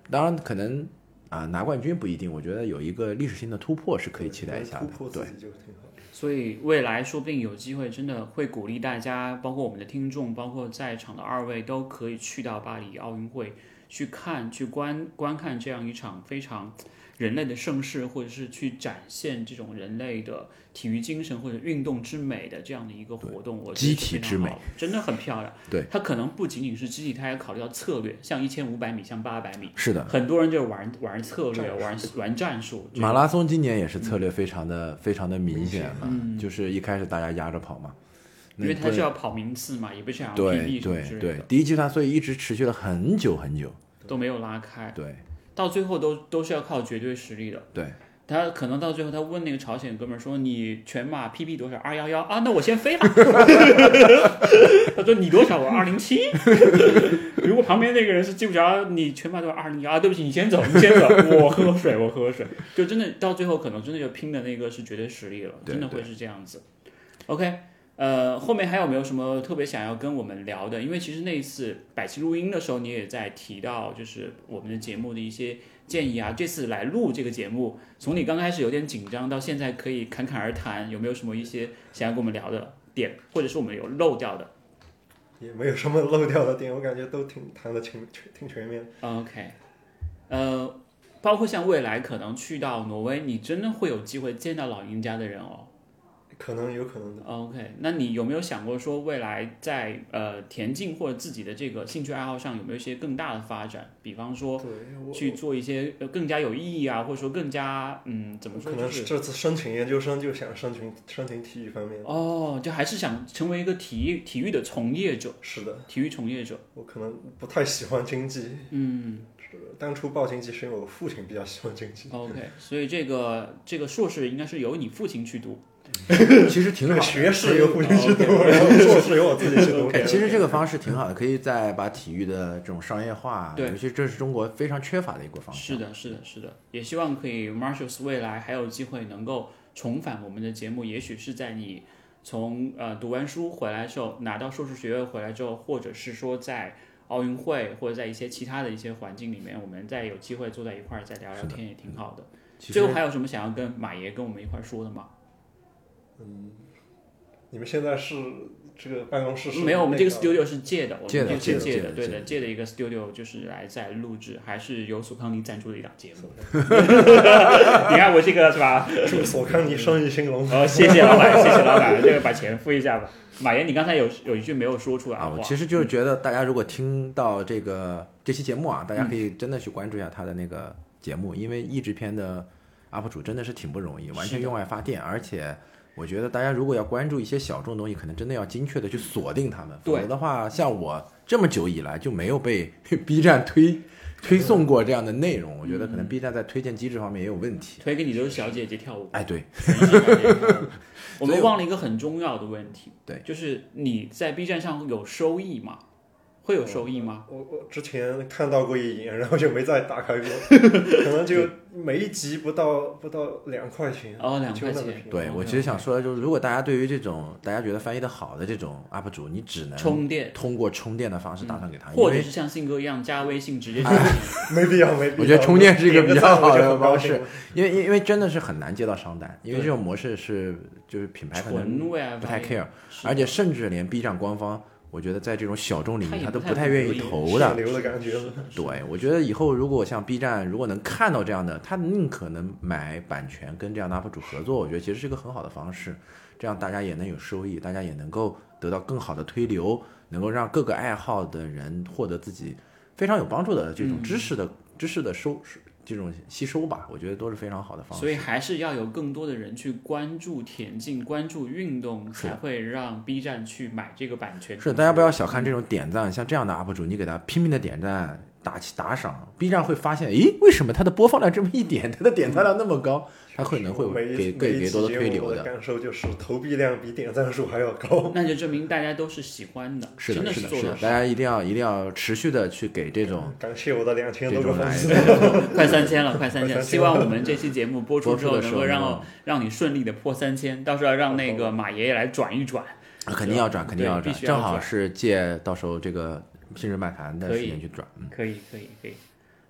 当然可能啊拿冠军不一定，我觉得有一个历史性的突破是可以期待一下
突
的。
破
对
自，己就挺好。
所以未来说不定有机会，真的会鼓励大家，包括我们的听众，包括在场的二位，都可以去到巴黎奥运会去看、去观观看这样一场非常人类的盛世，或者是去展现这种人类的体育精神或者运动之美的这样的一个活动。我觉得
集
是非
体之
常
美
好的，真的很漂亮。
对，
它可能不仅仅是肢体，它还考虑到策略，像一千五百米，像八百米，
是的。
很多人就玩玩策略、玩玩战术。
马拉松今年也是策略非常的、
嗯
非常的明显了，就是一开始大家压着跑嘛，那
因为它
不
是要跑名次嘛，也不是想要 PB
对
什么之
对
类
对
的，，
第一集团所以一直持续了很久很久，
都没有拉开，
对
到最后都都是要靠绝对实力的。
对，
他可能到最后，他问那个朝鲜哥们儿说：“你全马 PB 多少？二幺幺啊？那我先飞了。” 他说：“你多少？我二零七。”如果旁边那个人是记不着你全马多少二零幺啊，对不起，你先走，你先走，我喝水，我喝水。就真的到最后，可能真的就拼的那个是绝对实力了，
对
真的会是这样子。OK，呃，后面还有没有什么特别想要跟我们聊的？因为其实那一次百期录音的时候，你也在提到，就是我们的节目的一些建议啊。这次来录这个节目，从你刚开始有点紧张到现在可以侃侃而谈，有没有什么一些想要跟我们聊的点，或者是我们有漏掉的
也没有什么漏掉的点，我感觉都挺谈的挺全 挺全面。
？OK，呃，包括像未来可能去到挪威，你真的会有机会见到老赢家的人哦。
可能有可能的，
OK，那你有没有想过说未来在呃田径或者自己的这个兴趣爱好上有没有一些更大的发展？比方说
对我
去做一些呃更加有意义啊，或者说更加嗯怎么说
可
就
能
是
这次申请研究生就想申请申请体育方面。
哦，就还是想成为一个体育体育的从业者，
是的，
体育从业者。
我可能不太喜欢经济。嗯，当初报经济是因为我父亲比较喜欢经济，
OK，所以这个这个硕士应该是由你父亲去读。
其实挺
这
好哦
个
的。
学士由父亲去读， 然后硕士由我自己去读。
哎，其实这个方式挺好的，可以再把体育的这种商业化，
对
尤其这是中国非常缺乏的一个方向。
是的，是的，是的，也希望可以 Marshalls 未来还有机会能够重返我们的节目，也许是在你从呃读完书回来之后，拿到硕士学位回来之后，或者是说在奥运会或者在一些其他的一些环境里面，我们再有机会坐在一块儿再聊聊天也挺好的。嗯
其
最
实
后还有什么想要跟马爷跟我们一块儿说的吗？
你们现在是这个办公室是
没有，我们这个
那
studio 是借的，我
借的
们这个是
借
的，
的借的
对
借的
的，借的一个 studio 就是来在录制，还是由索康尼赞助的一档节目。 你看我这个是吧？
祝索康尼生意兴
嗯
隆。
好，谢谢老板，谢谢老板，这个把钱付一下吧。马爷，你刚才有有一句没有说出来
啊，我
哇
其实就是觉得大家如果听到这个这期节目啊，大家可以真的去关注一下他的那个节目，因为译制片的 UP 主真的是挺不容易，完
是
全
的
用爱发电，而且我觉得大家如果要关注一些小众东西，可能真的要精确的去锁定他们，否
对
则的话，像我这么久以来就没有被 B 站推推送过这样的内容，我觉得可能 B 站在推荐机制方面也有问题。
推给你都是小姐姐跳 舞。
哎，对，
我们忘了一个很重要的问题，
对，
就是你在 B 站上有收益吗？会有收益吗？
我我之前看到过一眼，然后就没再 打开过，可能就每一集不到不到两块钱，
哦，两
就
块
那么
钱，
便宜
对我其实想说的就是，如果大家对于这种大家觉得翻译的好的这种 UP 主，你只能
充电，嗯
通过充电的方式打赏给他，因
或者
为哎
是像信哥一样加微信直接去
没必要，没必要。
我觉得充电是一个
点
比较
赞
好
我就
的
很高
方
兴
式
了。
因为因为因为真的是很难接到商单，因为
对
这种模式是就是品牌可能
纯 WiFi，
不太 care，
是
而且甚至连 B 站官方，我觉得在这种小众领
他
域
也
他
不
都
太
不太
鼓
愿意
励
投
是
的。
流的感觉。
对，我觉得以后如果像 B 站如果能看到这样的，他宁可能买版权跟这样的 UP 主合作，我觉得其实是一个很好的方式，这样大家也能有收益，大家也能够得到更好的推流，能够让各个爱好的人获得自己非常有帮助的这种知识的、知识的收这种吸收吧，我觉得都是非常好的方式。
所以还是要有更多的人去关注田径、关注运动，
是的
才会让 B 站去买这个版权。
是，大家不要小看这种点赞，像这样的 UP 主，你给他拼命的点赞、打起打赏，B 站会发现，咦，为什么他的播放量这么一点，他的点赞量那么高？他可能会
每一
给
每
给
一
给
期
多的
节
推
目
流
我
的。
的。感受就是投币量比点赞数还要高。
那就证明大家都是喜欢的，
是
真
的，
的
是的，
做
是的，
得
大家一定要一定要持续的去给这种
感谢我的两千
嗯这
多
种
个粉
来
丝。
好快三千 了，快三千了！
快三千了
希望我们这期节目播出
播
之
出
后，
的时
能
候
够
能
让
够
让你顺利的破三千。到时候让那个马爷爷来转一转。
啊肯定要转，肯定要
对
转，
必须要
正好
转
是借到时候这个新人漫谈的
可
时
以
间去转。
可以，可以，可以。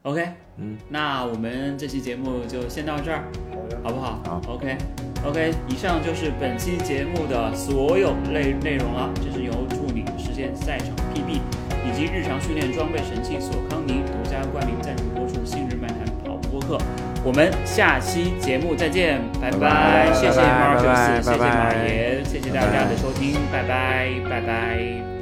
OK，嗯，那我们这期节目就先到这儿， 好不好？
好
o k o k 以上就是本期节目的所有内内容了。这是由助理实现赛场 PB 以及日常训练装备神器索康尼独家冠名赞助播出的《新人漫谈跑步播客》，我们下期节目再见，拜
拜拜
谢谢
拜拜
Marcus，谢谢
拜拜
马爷，谢谢大家的收听，拜拜，拜拜。